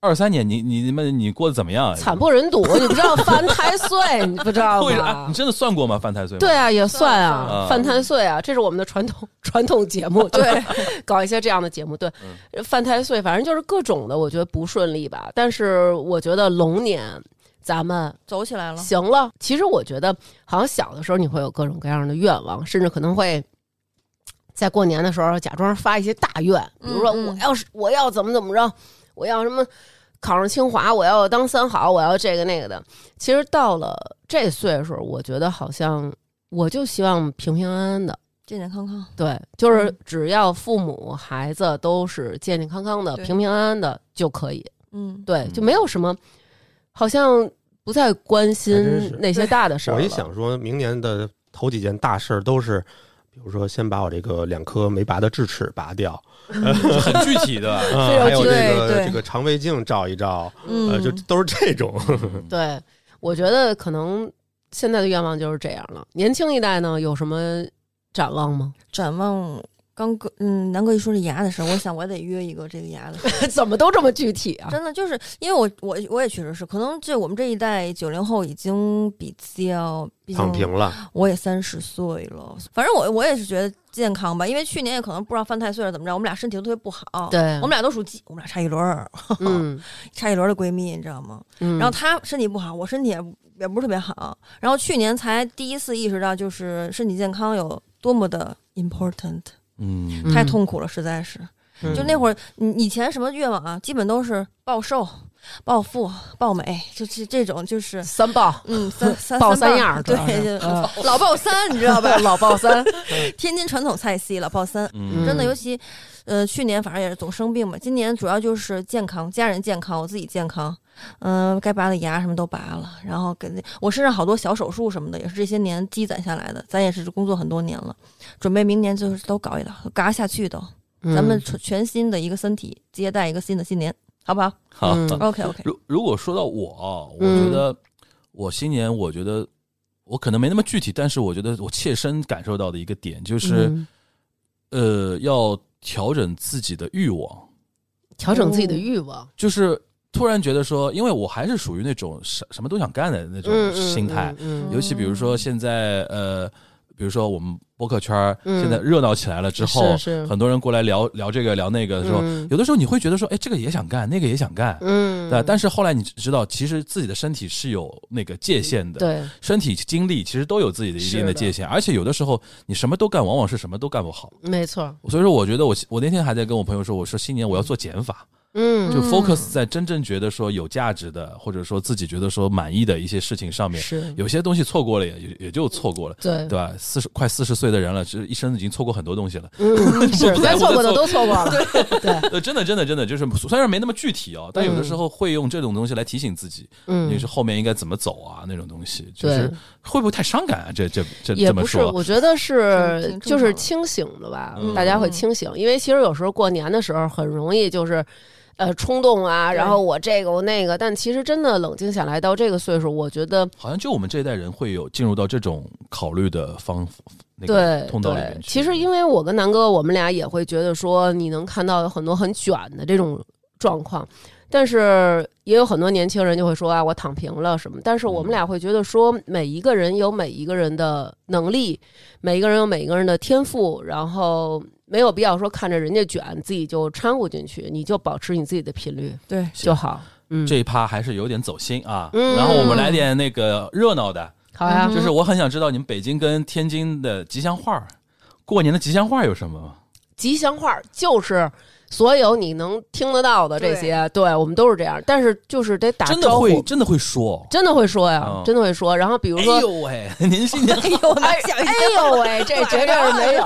S2: 二三年，你你你们你过得怎么样啊？
S3: 惨不忍睹，你不知道犯太
S2: [LAUGHS]
S3: 岁，你不知道
S2: 会啊？
S3: 吗
S2: 你？真的算过吗？犯太岁吗？
S3: 对啊，也算
S2: 算了
S3: 啊，犯太岁啊，这是我们的传统传统节目，对，搞一些这样的节目，对，
S2: 嗯
S3: 犯太岁，反正就是各种的，我觉得不顺利吧。但是我觉得龙年咱们
S5: 走起来了，
S3: 行了，其实我觉得，好像小的时候你会有各种各样的愿望，甚至可能会在过年的时候假装发一些大愿，比如说
S5: 嗯嗯
S3: 我要是我要怎么怎么着，我要什么考上清华，我要当三好，我要这个那个的。其实到了这岁数，我觉得好像我就希望平平安安的。
S5: 健健康康，
S3: 对，就是
S5: 嗯
S3: 只要父母孩子都是健健康康的、
S5: 对
S3: 平平安安的就可以。
S5: 嗯，
S3: 对，
S2: 嗯
S3: 就没有什么，好像不再关
S4: 还真
S3: 心
S4: 是
S3: 那些大的事儿
S4: 我
S3: 了。
S4: 一想说，明年的头几件大事儿都是，比如说先把我这个两颗没拔的智齿拔掉，。
S2: 很具体的
S3: [LAUGHS]
S4: 啊
S3: 非常
S4: 还有这
S5: 对
S4: 个
S5: 对
S4: 这个肠胃镜照一照，
S5: 嗯
S4: 呃，就都是这种。
S3: 对，我觉得可能现在的愿望就是这样了。年轻一代呢，有什么展望吗？
S5: 展望。刚哥，嗯，南哥一说这牙的事儿，我想我也得约一个这个牙的事
S3: [LAUGHS]
S5: 儿。
S3: 怎么都这么具体啊？
S5: 真的就是因为我我我也确实是，可能这我们这一代九零后已经比较，毕
S4: [LAUGHS] 躺平
S5: 竟
S4: 了，
S5: 我也三十岁了。反正我我也是觉得健康吧，因为去年也可能不知道犯太岁了怎么着，我们俩身体都特别不好。
S3: 对，
S5: 我们俩都属鸡，我们俩差一轮儿，
S3: 嗯
S5: 差一轮儿的闺蜜，你知道吗？
S3: 嗯，
S5: 然后她身体不好，我身体也不也不是特别好。然后去年才第一次意识到，就是身体健康有多么的 important，
S2: 嗯
S3: 嗯
S5: 太痛苦了，实在是。
S3: 嗯
S5: 就那会儿，你以前什么愿望啊，基本都是暴瘦、暴富、暴美，就是这种，就是
S3: 三抱
S5: 嗯，三三
S3: 抱
S5: 三
S3: 三
S5: 瓣
S3: 样儿，主
S5: 对
S3: 要，是
S5: 就
S3: 嗯
S5: 老暴三，你知道吧？
S3: [LAUGHS] 老抱三，
S5: [LAUGHS] 天津传统菜系老暴三，
S2: 嗯
S5: 真
S3: 嗯
S5: 的，尤其呃，去年反正也是总生病嘛，今年主要就是健康，家人健康，我自己健康，嗯、该拔的牙什么都拔了，然后给那我身上好多小手术什么的，也是这些年积攒下来的，咱也是工作很多年了，准备明年就是都搞一搞，嘎下去都，
S3: 嗯
S5: 咱们全全新的一个身体，接待一个新的新年，好不好
S2: 好。
S3: 嗯
S5: ？OK OK，
S2: 如如果说到我，我
S3: 嗯
S2: 觉得我新年，我觉得我可能没那么具体，但是我觉得我切身感受到的一个点就，
S3: 就是
S2: 呃，要调整自己的欲望，
S3: 调整自己的欲望，
S2: 就是突然觉得说，因为我还是属于那种什什么都想干的那种
S3: 嗯
S2: 心态，，
S3: 嗯
S2: 尤其比如说现在呃。比如说，我们播客圈儿
S3: 嗯
S2: 现在热闹起来了之后，
S3: 是是
S2: 很多人过来聊聊这个聊那个的时候，
S3: 嗯
S2: 有的时候你会觉得说，哎，这个也想干，那个也想干，
S3: 嗯，
S2: 对，但是
S3: 是
S2: 后来你知道，其实自己的身体是有那个界限的，
S3: 对
S2: 身体精力其实都有自己的一定的界限，而且有的时候你什么都干，往往是什么都干不好。
S3: 没错，
S2: 所以说，我觉得我我那天还在跟我朋友说，我说新年我要做减法，
S3: 嗯，
S2: 就 focus 在真正觉得说有价值的，或者说自己觉得说满意的一些事情上面。
S3: 是嗯
S2: 有些东西错过了也也也就错过了，
S3: 对
S2: 对吧？四十快四十岁的人了，这一生已经错过很多东西了。
S3: 嗯，是
S2: 不在
S3: 该
S2: 乎的
S3: 错过的
S2: 错
S3: 都错过了，对，
S2: 呃，真的真的真的，就是虽然没那么具体哦，但有的时候会用这种东西来提醒自己，
S3: 嗯
S2: 你是后面应该怎么走啊那种东西，就
S3: 对
S2: 是会不会太伤感啊？这这这
S3: 也
S2: 这么
S3: 不是，
S2: 说，
S3: 我觉得
S5: 挺
S3: 是
S5: 挺正
S3: 就是
S5: 常的
S3: 清醒的吧，
S2: 嗯
S3: 大家会清醒，因为其实有时候过年的时候很容易就是。呃，冲动啊，
S5: 对
S3: 然后我这个我那个，但其实真的冷静下来，到这个岁数，我觉得
S2: 好像就我们这一代人会有进入到这种考虑的方那个
S3: 对
S2: 通道里面
S3: 对。
S2: 去。
S3: 其实因为我跟南哥，我们俩也会觉得说，你能看到有很多很卷的这种状况，但是也有很多年轻人就会说啊，我躺平了什么。但是我
S2: 嗯
S3: 们俩会觉得说，每一个人有每一个人的能力，每一个人有每一个人的天赋，然后没有必要说看着人家卷，自己就掺和进去，你就保持你自己的频率
S5: [LAUGHS] 对，
S3: 就好。嗯，
S2: 这一趴还是有点走心啊，
S3: 嗯
S2: 然后我们来点那个热闹的，
S3: 好呀
S5: 嗯。
S2: 就是我很想知道你们北京跟天津的吉祥话儿，过年的吉祥话儿有什么吗？
S3: 吉祥话就是所有你能听得到的这些，对我们都是这样。但是就是得打
S2: 真的
S3: 招呼，
S2: 会真的会说，
S3: 真的会说呀，
S2: 嗯
S3: 真的会说。然后比如
S2: 哎
S3: 说，
S2: 呦喂， [LAUGHS] 您新年
S5: 哎呦，我
S3: 哎
S5: 想一
S3: 哎呦喂，这绝对是没有。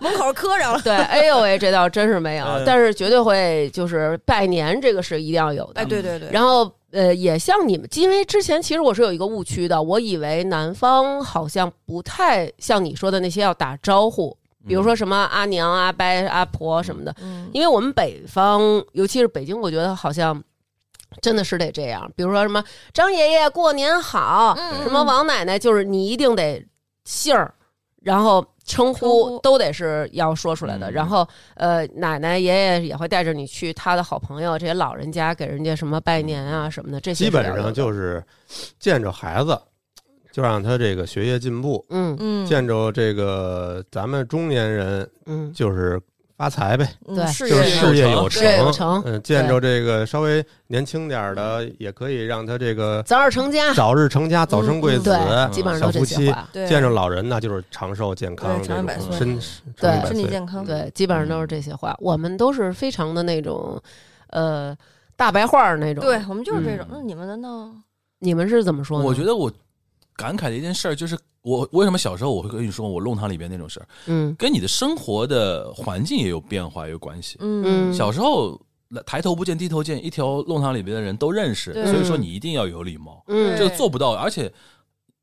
S5: 门口磕着了。
S3: [LAUGHS] 对，哎呦喂，这倒真是没有，
S2: 嗯
S3: 但是绝对会就是拜年这个是一定要有的。
S5: 哎，对对对，
S3: 然后呃，也像你们，因为之前其实我是有一个误区的，我以为南方好像不太像你说的那些要打招呼，
S2: 嗯
S3: 比如说什么阿娘、阿伯、阿婆什么的，
S5: 嗯，
S3: 因为我们北方，尤其是北京，我觉得好像真的是得这样。比如说什么张爷爷过年好，
S5: 嗯
S3: 什么王奶奶，就是你一定得姓儿，然后称
S5: 称
S3: 呼
S5: 呼
S3: 都得是要说出来的。
S2: 嗯
S3: 然后呃，奶奶爷爷也会带着你去他的好朋友这些老人家给人家什么拜年啊什么的，这些
S4: 基本
S3: 是要有
S4: 上
S3: 的
S4: 就是见着孩子就让他这个学业进步，
S3: 嗯
S5: 嗯，
S4: 见着这个咱们中年人
S3: 嗯
S4: 就是发财呗，
S5: 嗯
S3: 对
S5: 是
S4: 就是
S5: 这样
S4: 事业有
S3: 对有成
S4: 嗯，见着这个稍微年轻点儿的，也可以让他这个
S3: 早日成家，
S4: 早日成家，早生贵子。
S3: 啊嗯
S4: 啊
S3: 对，基本上
S4: 小
S3: 都这
S4: 夫
S3: 些
S4: 妻
S3: 话。
S5: 对
S4: 见着老人呢，就是长寿健康，啊
S5: 对长命百岁
S4: 身
S3: 对
S4: 长命百
S5: 身体
S4: 岁。
S5: 健康，
S3: 对，基本上都是这些话。我们都是非常的那种，呃，大白话儿那种。
S5: 对，我们就是这种
S2: 嗯。
S5: 那你们的呢？
S3: 你们是怎么说呢？
S2: 我觉，得我感慨的一件事儿就是，我为什么小时候我会跟你说我弄堂里边那种事儿，
S3: 嗯
S2: 跟你的生活的环境也有变化有关系。
S5: 嗯
S3: 嗯，
S2: 小时候抬头不见低头见，一条弄堂里边的人都认识，
S5: 对
S2: 所以说你一定要有礼貌，
S3: 嗯
S5: 对
S2: 这个做不到。而且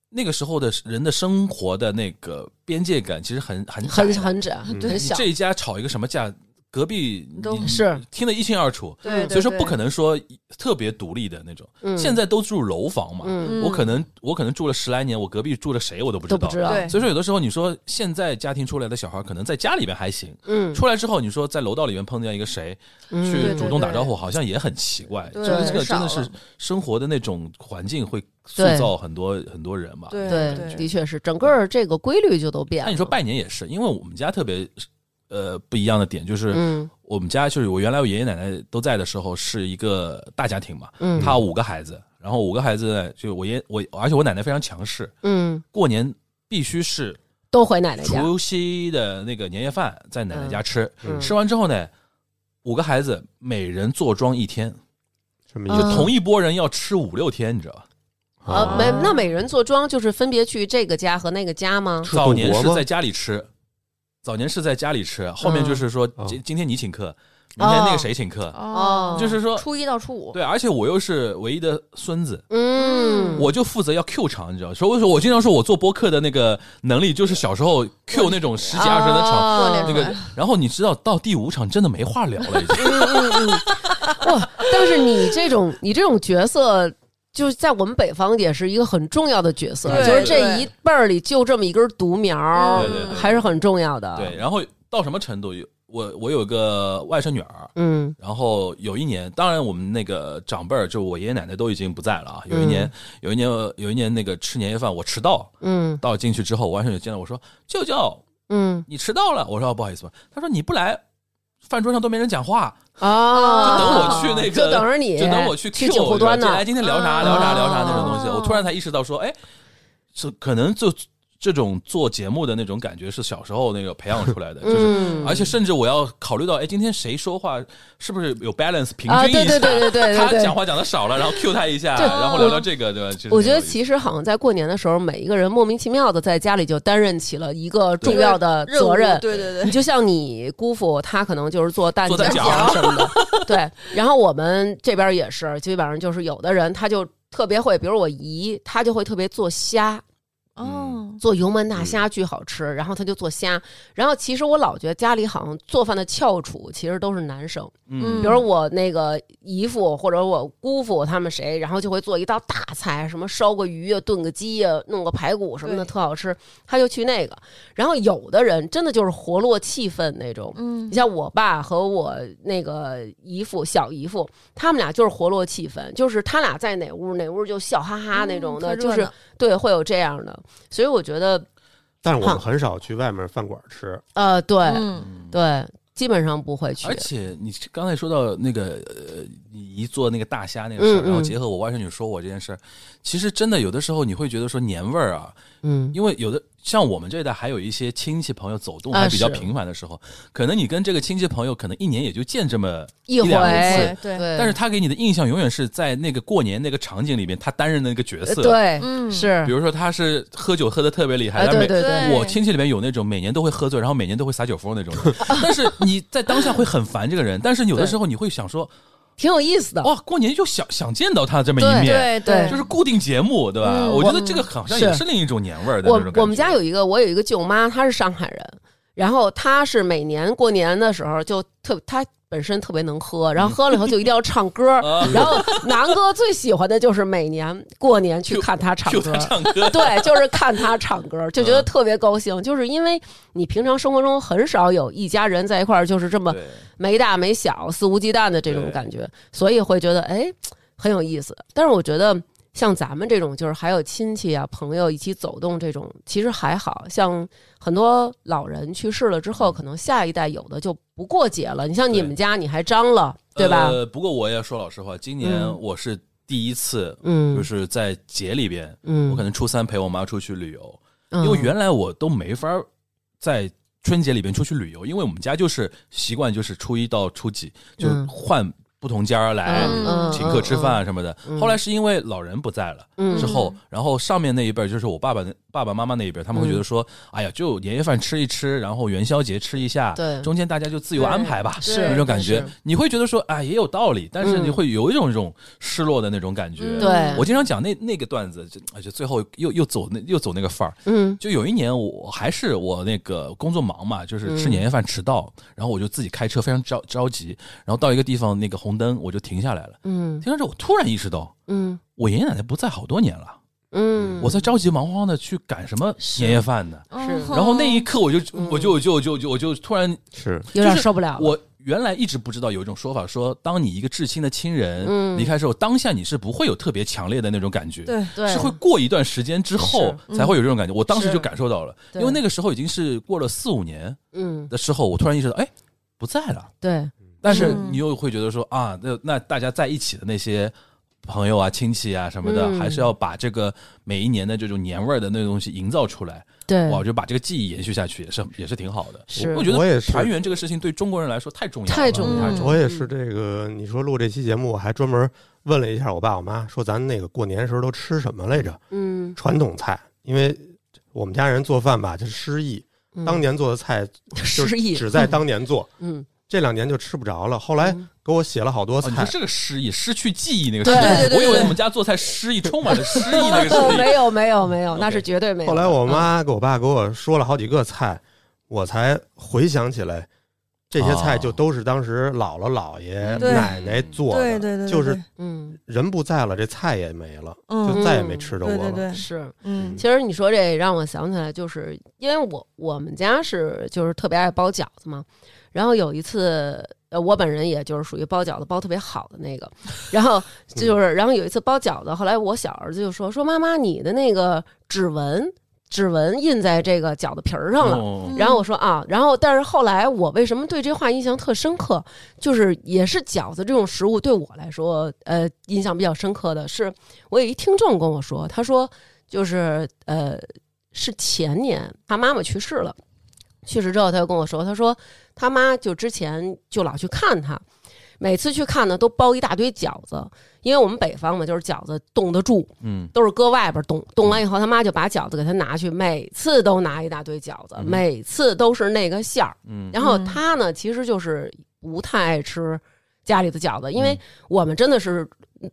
S2: 那个时候的人的生活的那个边界感其实很很窄
S3: 很
S2: 的
S3: 很窄，
S4: 嗯
S3: 很
S2: 你
S3: 小，
S2: 这一家吵一个什么架，隔壁
S5: 都
S2: 你
S3: 是
S2: 听得一清二楚。
S5: 对，
S2: 所以说不可
S5: 能。
S2: 能说特别独立的那种，
S3: 嗯
S2: 现在都住楼房嘛，
S3: 嗯
S2: 我可能我可能住了十来年，我隔壁住了谁我都不知
S3: 都不
S2: 道。
S3: 知道，
S5: 对
S2: 所以说有的时候你说现在家庭出来的小孩可能在家里边还行，
S3: 嗯
S2: 出来之后你说在楼道里面碰见一个谁
S3: 嗯
S2: 去
S5: 对
S2: 主动打招呼，好像也很奇怪。
S5: 对
S2: 就是这个真
S5: 很少
S2: 的
S5: 了
S2: 是生活的那种环境会塑
S3: 对
S2: 造很多很多人嘛。
S5: 对
S3: 对，的确是，整个儿这个规律就都变
S2: 那
S3: 了。
S2: 你说拜年也是，因为我们家特别呃不一样的点就是。
S3: 嗯
S2: 我们家就是我原来我爷爷奶奶都在的时候是一个大家庭嘛，
S3: 嗯
S2: 他五个孩子，然后五个孩子呢，就我爷我，而且我奶奶非常强势，
S3: 嗯，
S2: 过年必须是
S3: 都回奶奶家，
S2: 除夕的那个年夜饭在奶奶家吃，
S3: 嗯
S2: 吃完之后呢，五个孩子每人坐庄一天，
S4: 这么
S3: 嗯
S4: 一个
S2: 同一拨人要吃五六天，你知道吧？
S3: 啊，
S5: 哦
S3: 每那每人坐庄就是分别去这个家和那个家吗？
S4: 是
S2: 早年
S4: 赌博
S2: 是
S4: 吗
S2: 在家里吃，早年是在家里吃，后面就是说
S4: 哦
S2: 今今天你请客，明天那个谁请客，
S5: 哦，
S2: 就是说
S5: 初一到初五，
S3: 哦
S2: 对，而且我又是唯一的孙子，
S3: 嗯，
S2: 我就负责要 Q 场，你知道吗？所以说我经常说我做播客的那个能力，就是小时候 Q 那种十几二十人的场，
S3: 哦
S5: 锻炼
S2: 那
S5: 出来
S2: 个，然后你知道到第五场真的没话聊了，已经。
S3: 嗯哇！但是你这种你这种角色，就是在我们北方也是一个很重要的角色，
S5: 对
S3: 就是这一辈儿里就这么一根独苗儿，
S2: 对对对
S3: 还是很重要的。
S2: 对，，然后到什么程度？有我我有个外甥女儿，
S3: 嗯
S2: 然后有一年，当然我们那个长辈儿，就我爷爷奶奶都已经不在了
S3: 嗯
S2: 啊。有一年，有一年，有一年那个吃年夜饭，我迟到，
S3: 嗯
S2: 到进去之后，我外甥女见到我说：“舅舅，
S3: 嗯
S2: 你迟到了。”我说：“哦不好意思。”他说：“你不来，饭桌上都没人讲话，
S3: 啊，
S5: 哦
S2: 就等我去那个
S3: 就等着你，
S2: 就等我去 Q
S3: 去酒后端
S2: 呢。
S3: 呢
S2: 哎，。今天聊啥？聊啥？
S3: 啊
S2: 聊啥？那种东西，我突然才意识到说，哎，是可能就这种做节目的那种感觉是小时候那个培养出来的，就是。
S3: 嗯，
S2: 而且甚至我要考虑到，哎，今天谁说话是不是有 balance 平
S3: 啊，
S2: 均
S3: 对
S2: 一下？
S3: 对
S2: [LAUGHS]
S3: 对对对
S2: 他
S3: 对
S2: 讲
S3: 对。
S2: 话讲的少了，然后 Q 他一下，
S3: 对
S2: 然后聊聊这个，对吧？其实
S3: 我觉
S2: 挺
S3: 得
S2: 有意思
S3: 其实好像在过年的时候，每一个人莫名其妙的在家里就担任起了一个重要的责任。
S5: 对对
S3: 你
S5: 对，
S3: 就像你姑父，他可能就是做蛋
S2: 做蛋
S3: 饺
S2: 饺
S3: 什么的，对。然后我们这边也是，基本上就是有的人他就特别会，比如我姨，她就会特别做虾，
S5: 哦，
S3: 做油焖
S2: 嗯
S3: 大虾巨好吃，然后他就做虾。然后其实我老觉得家里好像做饭的翘楚其实都是男生，
S2: 嗯
S3: 比如我那个姨父或者我姑父他们谁，然后就会做一道大菜，什么烧个鱼呀、啊炖个鸡呀、弄个排骨什么的，
S5: 对
S3: 特好吃。他就去那个。然后有的人真的就是活络气氛那种，
S5: 嗯
S3: 你像我爸和我那个姨父、小姨父，他们俩就是活络气氛，就是他俩在哪屋哪屋就笑哈哈那种的，
S5: 嗯特
S3: 就
S5: 热
S3: 是
S5: 闹
S3: 对会有这样的。所以我觉得，
S4: 但是我们
S3: 胖
S4: 很少去外面饭馆吃，
S3: 呃，对、
S5: 嗯，
S3: 对，基本上不会去
S2: 而。且你刚才说到那个呃，你一做那个大虾那个事儿，
S3: 嗯嗯
S2: 然后结合我外甥女说我这件事儿，其实真的有的时候你会觉得说年味儿啊，
S3: 嗯，
S2: 因为有的像我们这一代还有一些亲戚朋友走动
S3: 啊
S2: 还比较
S3: 是
S2: 频繁的时候，可能你跟这个亲戚朋友可能一年也就见这么，
S3: 一
S2: 一
S3: 回，
S2: 两
S5: 对
S2: 次
S5: 对，
S3: 对，
S2: 但是他给你的印象永远是在那个过年那个场景里面他担任的那个角
S3: 呃
S2: 色，，
S3: 对，
S5: 嗯
S3: 是
S2: 比，如说他是喝酒喝的特别厉害，
S3: 哎，
S2: 他每
S3: 对对对，
S5: 对
S2: 我亲戚里面有那种每年都会喝醉，然后每年都会撒酒疯那种人，但是你在当下会很烦这个人，但是有的时候你会想说，
S3: 挺有意思的。
S2: 哇，过年就想想见到他这么一面，
S5: 对
S3: 对
S2: 就是固定节目，对吧？
S5: 嗯
S2: 我觉得这个好像
S3: 是
S2: 也是另一种年味儿的那
S3: 我
S2: 种感觉
S3: 我们家
S2: [LAUGHS]
S3: 有一个，我有一个舅妈，她是上海人，然后她是每年过年的时候就特她本身特别能喝，然后喝了以后就一定要唱歌， [LAUGHS]
S2: 啊
S3: 然后南哥最喜欢的就是每年过年去看她唱
S2: 就
S3: 歌
S2: 他。唱
S3: [LAUGHS]
S2: 歌，嗯
S3: 对，就是看她唱歌，就觉得特别高兴，就是因为你平常生活中很少有一家人在一块儿，就是这么
S2: 对
S3: 没大没小、肆无忌惮的这种
S2: 对
S3: 感觉，所以会觉得哎很有意思。但是我觉得像咱们这种，就是还有亲戚啊、朋友一起走动这种，其实还好像很多老人去世了之后，可能下一代有的就不过节了。你像你们家，你还张了，对吧？
S2: 呃，不过我也说老实话，今年
S3: 嗯
S2: 我是第一次，
S3: 嗯，
S2: 就是在节里边，
S3: 嗯，
S2: 我可能初三陪我妈出去旅游，
S3: 嗯
S2: 因为原来我都没法儿在春节里边出去旅游，因为我们家就是习惯就是初一到初几就
S3: 嗯
S2: 换不同家儿来
S5: 嗯
S2: 请客吃饭啊什么的。
S3: 嗯
S2: 后来是因为老人不在了。
S3: 嗯
S2: 之后，然后上面那一辈儿就是我爸爸那、爸爸妈妈那一辈儿，他们会觉得说，
S3: 嗯
S2: 哎呀，就年夜饭吃一吃，然后元宵节吃一下，
S3: 对
S2: 中间大家就自由安排吧，
S3: 是
S2: 那种感觉
S3: 是。
S2: 你会觉得说，哎，也有道理，但是你
S3: 嗯
S2: 会有一种这种失落的那种感觉。
S5: 嗯
S3: 对
S2: 我经常讲那那个段子，就哎就最后又又走那又走那个范儿，
S3: 嗯
S2: 就有一年，我还是我那个工作忙嘛，就是吃
S3: 嗯
S2: 年夜饭迟到，然后我就自己开车，非常着着急，然后到一个地方那个红灯，我就停下来了。
S3: 嗯
S2: 停下来，我突然意识到，
S3: 嗯
S2: 我爷爷奶奶不在好多年了，
S3: 嗯，
S2: 我在着急忙慌的去赶什么年夜饭呢？
S3: 是
S2: 然后那一刻，
S5: 刻，
S2: 我就
S3: 哦嗯
S2: 我就我就我就我就我就突然，
S4: 是
S3: 有点受不了了，
S2: 我原来一直不知道有一种说法说，当你一个至亲的亲人
S3: 嗯
S2: 离开之后，当下你是不会有特别强烈的那种感觉，
S5: 对
S3: 对
S2: 是会过一段时间之后
S5: 是嗯
S2: 才会有这种感觉。我当时
S3: 是
S2: 就感受到了，因
S3: 对
S2: 为那个时候已经是过了四五年
S3: 嗯
S2: 的时候，我突然意识到，哎，不在了。
S3: 对
S2: 但是
S5: 嗯
S2: 你又会觉得说啊，那那大家在一起的那些朋友啊、亲戚啊什么的，
S3: 嗯
S2: 还是要把这个每一年的这种年味儿的那个东西营造出来，
S3: 对
S2: 哇，就把这个记忆延续下去，也是也是挺好的。
S3: 是
S2: 我觉
S4: 我也
S2: 得
S4: 是
S2: 团圆这个事情对中国人来说太重要了，
S3: 太重要
S2: 太
S3: 了，
S4: 我也是这个，你说录这期节目，我还专门问了一下我爸我妈，说咱那个过年时候都吃什么来着？
S3: 嗯，
S4: 传统菜，因为我们家人做饭吧，就是失忆，
S3: 嗯
S4: 当年做的菜就
S3: 失忆
S4: 只在当年做，
S3: 嗯，
S4: 这两年就吃不着了。后来
S3: 嗯
S4: 给我写了好多
S2: 哦，你说
S4: 菜，
S2: 这个失忆、失去记忆那个失
S3: 对
S2: 忆，
S3: 对对对
S2: 我以为我们家做菜失忆，充满了失忆那个
S3: [LAUGHS] 哦，
S2: 失忆。
S3: 没有没有没有，
S2: OK
S3: 那是绝对没有
S4: 后
S3: 的。
S4: 来我妈给我爸给我说了好几个菜，我才回想起来，这些菜
S2: 哦
S4: 就都是当时姥姥姥爷
S5: 对
S4: 奶奶做
S5: 对
S4: 的，
S5: 对对，
S4: 就是
S3: 嗯
S4: 人不在了，这菜也没了，
S5: 嗯，
S4: 就
S3: 嗯
S4: 再也没吃着
S5: 对
S4: 过
S5: 对
S4: 了。
S5: 对，
S3: 是，
S5: 嗯
S3: 其实你说这让我想起来，就是因为我我们家是就是特别爱包饺子嘛，然后有一次。呃，我本人也就是属于包饺子包特别好的那个，然后
S4: 嗯
S3: 就是，然后有一次包饺子，后来我小儿子就说说妈妈，你的那个指纹指纹印在这个饺子皮儿上了，
S2: 哦
S3: 然后我说啊，然后但是后来我为什么对这话印象特深刻？就是也是饺子这种食物对我来说，呃，印象比较深刻的是，我有一听众跟我说，他说就是呃是前年他妈妈去世了，去世之后他就跟我说，他说他妈就之前就老去看他。每次去看呢，都包一大堆饺子，因为我们北方嘛，就是饺子冻得住，
S2: 嗯，
S3: 都是搁外边冻，冻完以后他妈就把饺子给他拿去，每次都拿一大堆饺子，
S2: 嗯
S3: 每次都是那个馅儿。
S2: 嗯
S3: 然后
S5: 嗯
S3: 他呢，其实就是不太爱吃家里的饺子，因
S2: 嗯
S3: 为我们真的是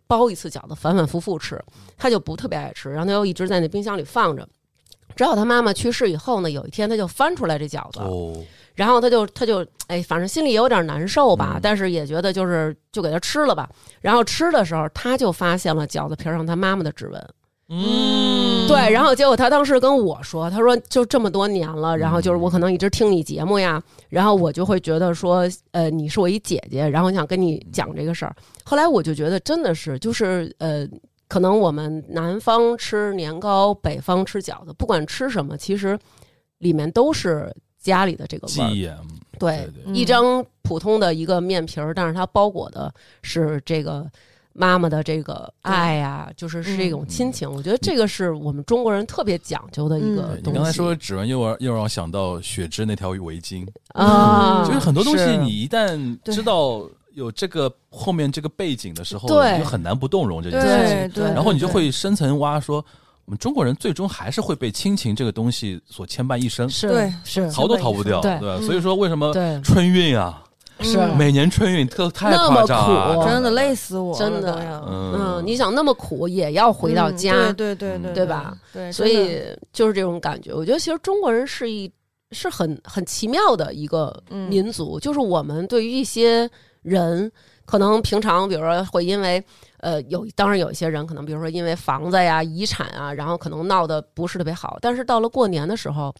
S3: 包一次饺子反反复复吃，他就不特别爱吃，然后他又一直在那冰箱里放着。直到他妈妈去世以后呢，有一天他就翻出来这饺子，
S2: 哦，
S3: 然后他就他就哎，反正心里有点难受吧，
S2: 嗯
S3: 但是也觉得就是就给他吃了吧。然后吃的时候，他就发现了饺子皮儿上他妈妈的指纹。
S5: 嗯
S3: 对，然后结果他当时跟我说，他说就这么多年了，然后就是
S2: 嗯
S3: 我可能一直听你节目呀，然后我就会觉得说，呃，你是我一姐姐，然后我想跟
S2: 嗯
S3: 你讲这个事儿。后来我就觉得真的是，就是呃，可能我们南方吃年糕，北方吃饺子，不管吃什么，其实里面都是家里的这个
S2: 记
S3: 味儿。
S2: 忆啊，嗯
S3: 对，
S2: 对
S5: 嗯
S3: 一张普通的一个面皮儿，但是它包裹的是这个妈妈的这个爱呀、就是是
S5: 嗯
S3: 这种亲情。我觉得这个是我们中国人特别讲究的一个
S5: 嗯
S2: 对你
S3: 东西。
S2: 刚才说指纹又让又让我想到雪芝那条围巾，
S3: 啊，
S2: 嗯就是很多东西
S3: 是
S2: 你一旦
S5: 对
S2: 知道有这个后面这个背景的时候，
S3: 对
S2: 你就很难不动容这件事情，
S5: 对
S3: 对对
S2: 然后你就会深层挖说，我们中国人最终还是会被亲情这个东西所牵绊一生，
S3: 是
S5: 对
S3: 是
S2: 逃都逃不掉，
S3: 对
S2: 吧
S5: 嗯
S2: 所以说为什么
S3: 对
S2: 春运啊，
S3: 是
S5: 嗯
S2: 每年春运特太
S3: 那么
S2: 夸张啊
S3: 苦
S5: 真的累死我了，
S3: 真的
S5: 都要
S2: 嗯
S3: 嗯，你想那么苦也要回到
S5: 嗯
S3: 家，
S5: 对对对对，
S3: 对吧？
S5: 对，
S3: 所
S5: 真的
S3: 以就是这种感觉。我觉得其实中国人是一是很很奇妙的一个
S5: 嗯
S3: 民族，就是我们对于一些人，可能平常比如说会因为呃有，当然有一些人可能比如说因为房子呀、遗产啊，然后可能闹得不是特别好，但是到了过年的时候，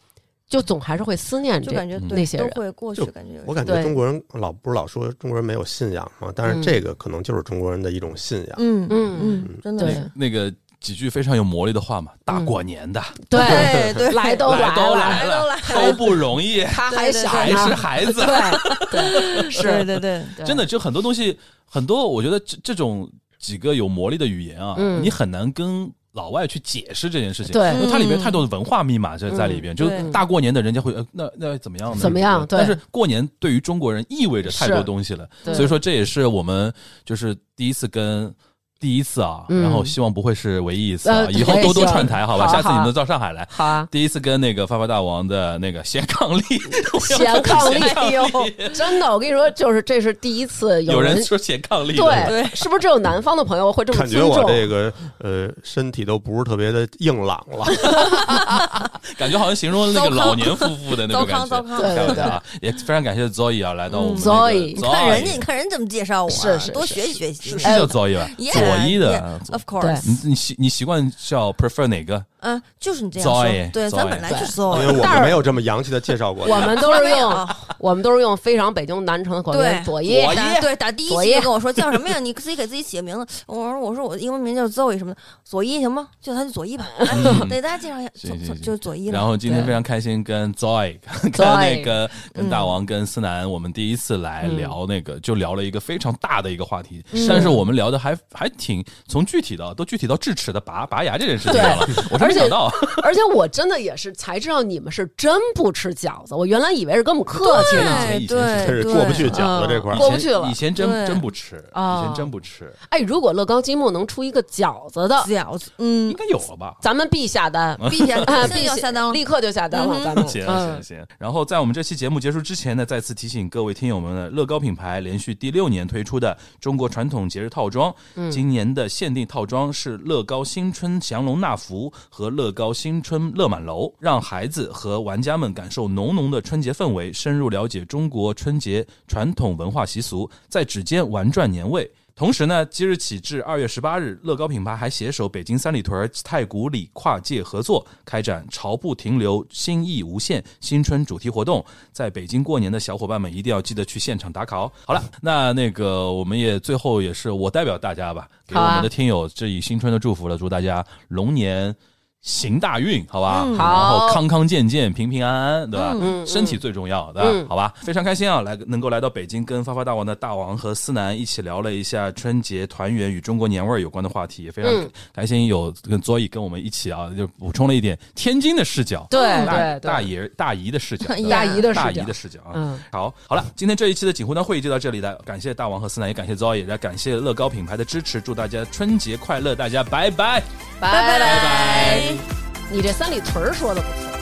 S3: 就总还是会思念
S5: 就
S3: 这
S5: 感觉
S2: 嗯
S5: 对
S3: 那些
S5: 都
S3: 人
S5: 会过去
S4: 就，
S5: 感觉有
S4: 我
S5: 一种
S4: 感觉
S3: 对
S4: 中国人老不是老说中国人没有信仰嘛，但是
S3: 嗯
S4: 这个可能就是中国人的一种信仰。
S5: 嗯
S3: 嗯
S5: 嗯，真的
S3: 对
S5: 是。
S2: 那个几句非常有魔力的话嘛，大
S3: 嗯
S2: 过年的、
S3: 对，
S5: 对对，
S3: 来都
S2: 来
S3: 了，
S2: 来
S5: 都
S2: 了
S5: 来，
S2: 都不容
S3: [LAUGHS]
S2: 易，
S3: 他还
S5: 对对
S3: 小
S2: 还是
S3: 呢，
S2: 孩
S3: [LAUGHS]
S2: 子，
S3: 对对
S5: 对
S3: 是，
S5: 对对， [LAUGHS]
S3: 对
S2: 真的就很多东西，很多我觉得这这种几个有魔力的语言啊，
S3: 嗯
S2: 你很难跟老外去解释这件事情。
S3: 对
S2: 因为它里面太多的文化密码在在里边，
S3: 嗯
S2: 就是
S5: 对
S2: 大过年的人家会呃那那怎么样呢？
S3: 怎么样对
S2: 但是过年对于中国人意味着太多
S3: 是
S2: 东西了，
S3: 对
S2: 所以说这也是我们就是第一次跟。第一次啊，
S3: 嗯
S2: 然后希望不会是唯一一次啊，
S3: 呃
S2: 以后多多串台，好吧？
S3: 好
S2: 下次你
S3: 好
S2: 们到上海来。
S3: 好啊。
S2: 第一次跟那个发发大王的那个咸伉
S3: [LAUGHS]
S2: 俪，
S3: 显
S2: [LAUGHS]
S3: 抗力，
S2: 哎
S3: 哎呦，真的，我跟你说，就是这是第一次
S2: 有
S3: 人
S2: 人说咸伉俪，
S3: 对，是不是只有南方的朋友会这么
S4: 感
S3: 尊
S4: 觉
S3: 重？
S4: 我这个呃身体都不是特别的硬朗
S5: [LAUGHS]
S4: 了，
S2: 感觉好像形容那个
S5: 糟糠
S2: 老年夫妇的那种
S5: 糟
S2: 感
S5: 糠糟
S2: 觉。
S5: 糠，
S3: 对
S2: 开玩笑啊，也非常感谢 Zoe 啊，来到我们
S5: 嗯
S2: 那个
S3: Zoe，
S5: 你看人家，你
S2: Zoe
S5: 看人怎么介绍我啊，
S3: 是是
S5: 多
S3: 是
S5: 学习学习。
S2: 是叫 Zoe 吧？
S5: Yeah，
S2: [LAUGHS]
S5: 呃
S2: 左一的，嗯
S5: Of course，
S2: 你你习你习惯叫 prefer 哪个？
S5: 嗯，就是你这样说
S2: Zoe，，
S5: 对，咱本来就是
S4: 因为
S5: Zoe，
S4: 我
S3: 但是
S4: 们没有这么洋气的介绍过。
S3: 我们都是用
S5: 啊
S3: [LAUGHS] 我们都是用非常北京南城的口音
S5: 对，
S3: 左一，
S2: 左
S5: 打对打第一
S3: 左
S5: 期
S3: 一
S5: 就跟我说叫什么呀？你自己给自己起个名字。我说我说我的英文名叫 Zoe 什么的，左一行吗？就他就左一吧。来
S2: 嗯
S5: 给大家介绍一下，
S2: 行行
S5: 左
S2: 行
S5: 就是左一
S2: 然
S5: 了。
S2: 后今天
S3: 对
S2: 非常开心跟 Zoe 跟
S3: Zoe
S2: 那个跟大王跟思南，我们第一次来聊那个，就聊了一个非常大的一个话题，但是我们聊的还还挺从具体的都具体到智齿的拔拔牙这件事情上了，我真没
S3: 而且
S2: 想到，
S3: [LAUGHS] 而且我真的也是才知道你们是真不吃饺子，我原来以为是跟我们客气呢。
S5: 对
S2: 以前以前是
S5: 对，
S4: 真是过不去
S5: 对
S4: 饺子这块儿
S3: 嗯，过不去了
S2: 以前以前真
S5: 对
S2: 真不吃，以
S3: 啊
S2: 前真不吃，
S3: 哎，如果乐高积木能出一个饺子的，
S5: 饺子，
S2: [LAUGHS]
S5: 嗯
S2: 应，该有了吧？
S3: 咱们必下单，
S5: 并且
S3: 啊
S5: 现在
S3: 必
S5: 要下单了，
S3: 立刻就下单了，
S5: 嗯
S3: 咱们
S2: 行行
S3: 嗯
S2: 行。然后在我们这期节目结束之前呢，再次提醒各位听友们呢，乐高品牌连续第六年推出的中国传统节日套装，今年的限定套装是乐高新春降龙纳福和乐高新春乐满楼，让孩子和玩家们感受浓浓的春节氛围，深入了解中国春节传统文化习俗，在指尖玩转年味。同时呢，即日起至二月十八日，乐高品牌还携手北京三里屯、太古里跨界合作，开展“潮不停留，心意无限”新春主题活动。在北京过年的小伙伴们，一定要记得去现场打卡哦。好了，那那个我们也最后也是我代表大家吧，给我
S3: 好
S2: 们
S3: 啊
S2: 的听友致以新春的祝福了，祝大家龙年。行大运，好吧，
S5: 嗯
S2: 然后
S3: 好
S2: 康康健健、平平安安，对吧？
S3: 嗯嗯
S2: 身体最重要，对吧？
S3: 嗯
S2: 好吧，非常开心啊，来能够来到北京，跟发发大王的大王和思南一起聊了一下春节团圆与中国年味儿有关的话题，也非常
S3: 嗯
S2: 开心有跟佐伊跟我们一起啊，就补充了一点天津的视角，
S3: 对
S2: 大
S3: 对
S2: 大
S3: 对，
S2: 爷大姨的视
S3: [LAUGHS]
S2: 角，对吧
S3: 大姨的视
S2: 大
S3: 角
S2: 姨的视角啊。
S3: 嗯
S2: 好，好了，今天这一期的锦湖端会议就到这里了，感谢大王和思南，也感谢 Zoe，来感谢乐高品牌的支持，祝大家春节快乐，大家拜拜。
S3: 拜拜
S5: 拜拜。
S3: 你这三里屯儿说的不错。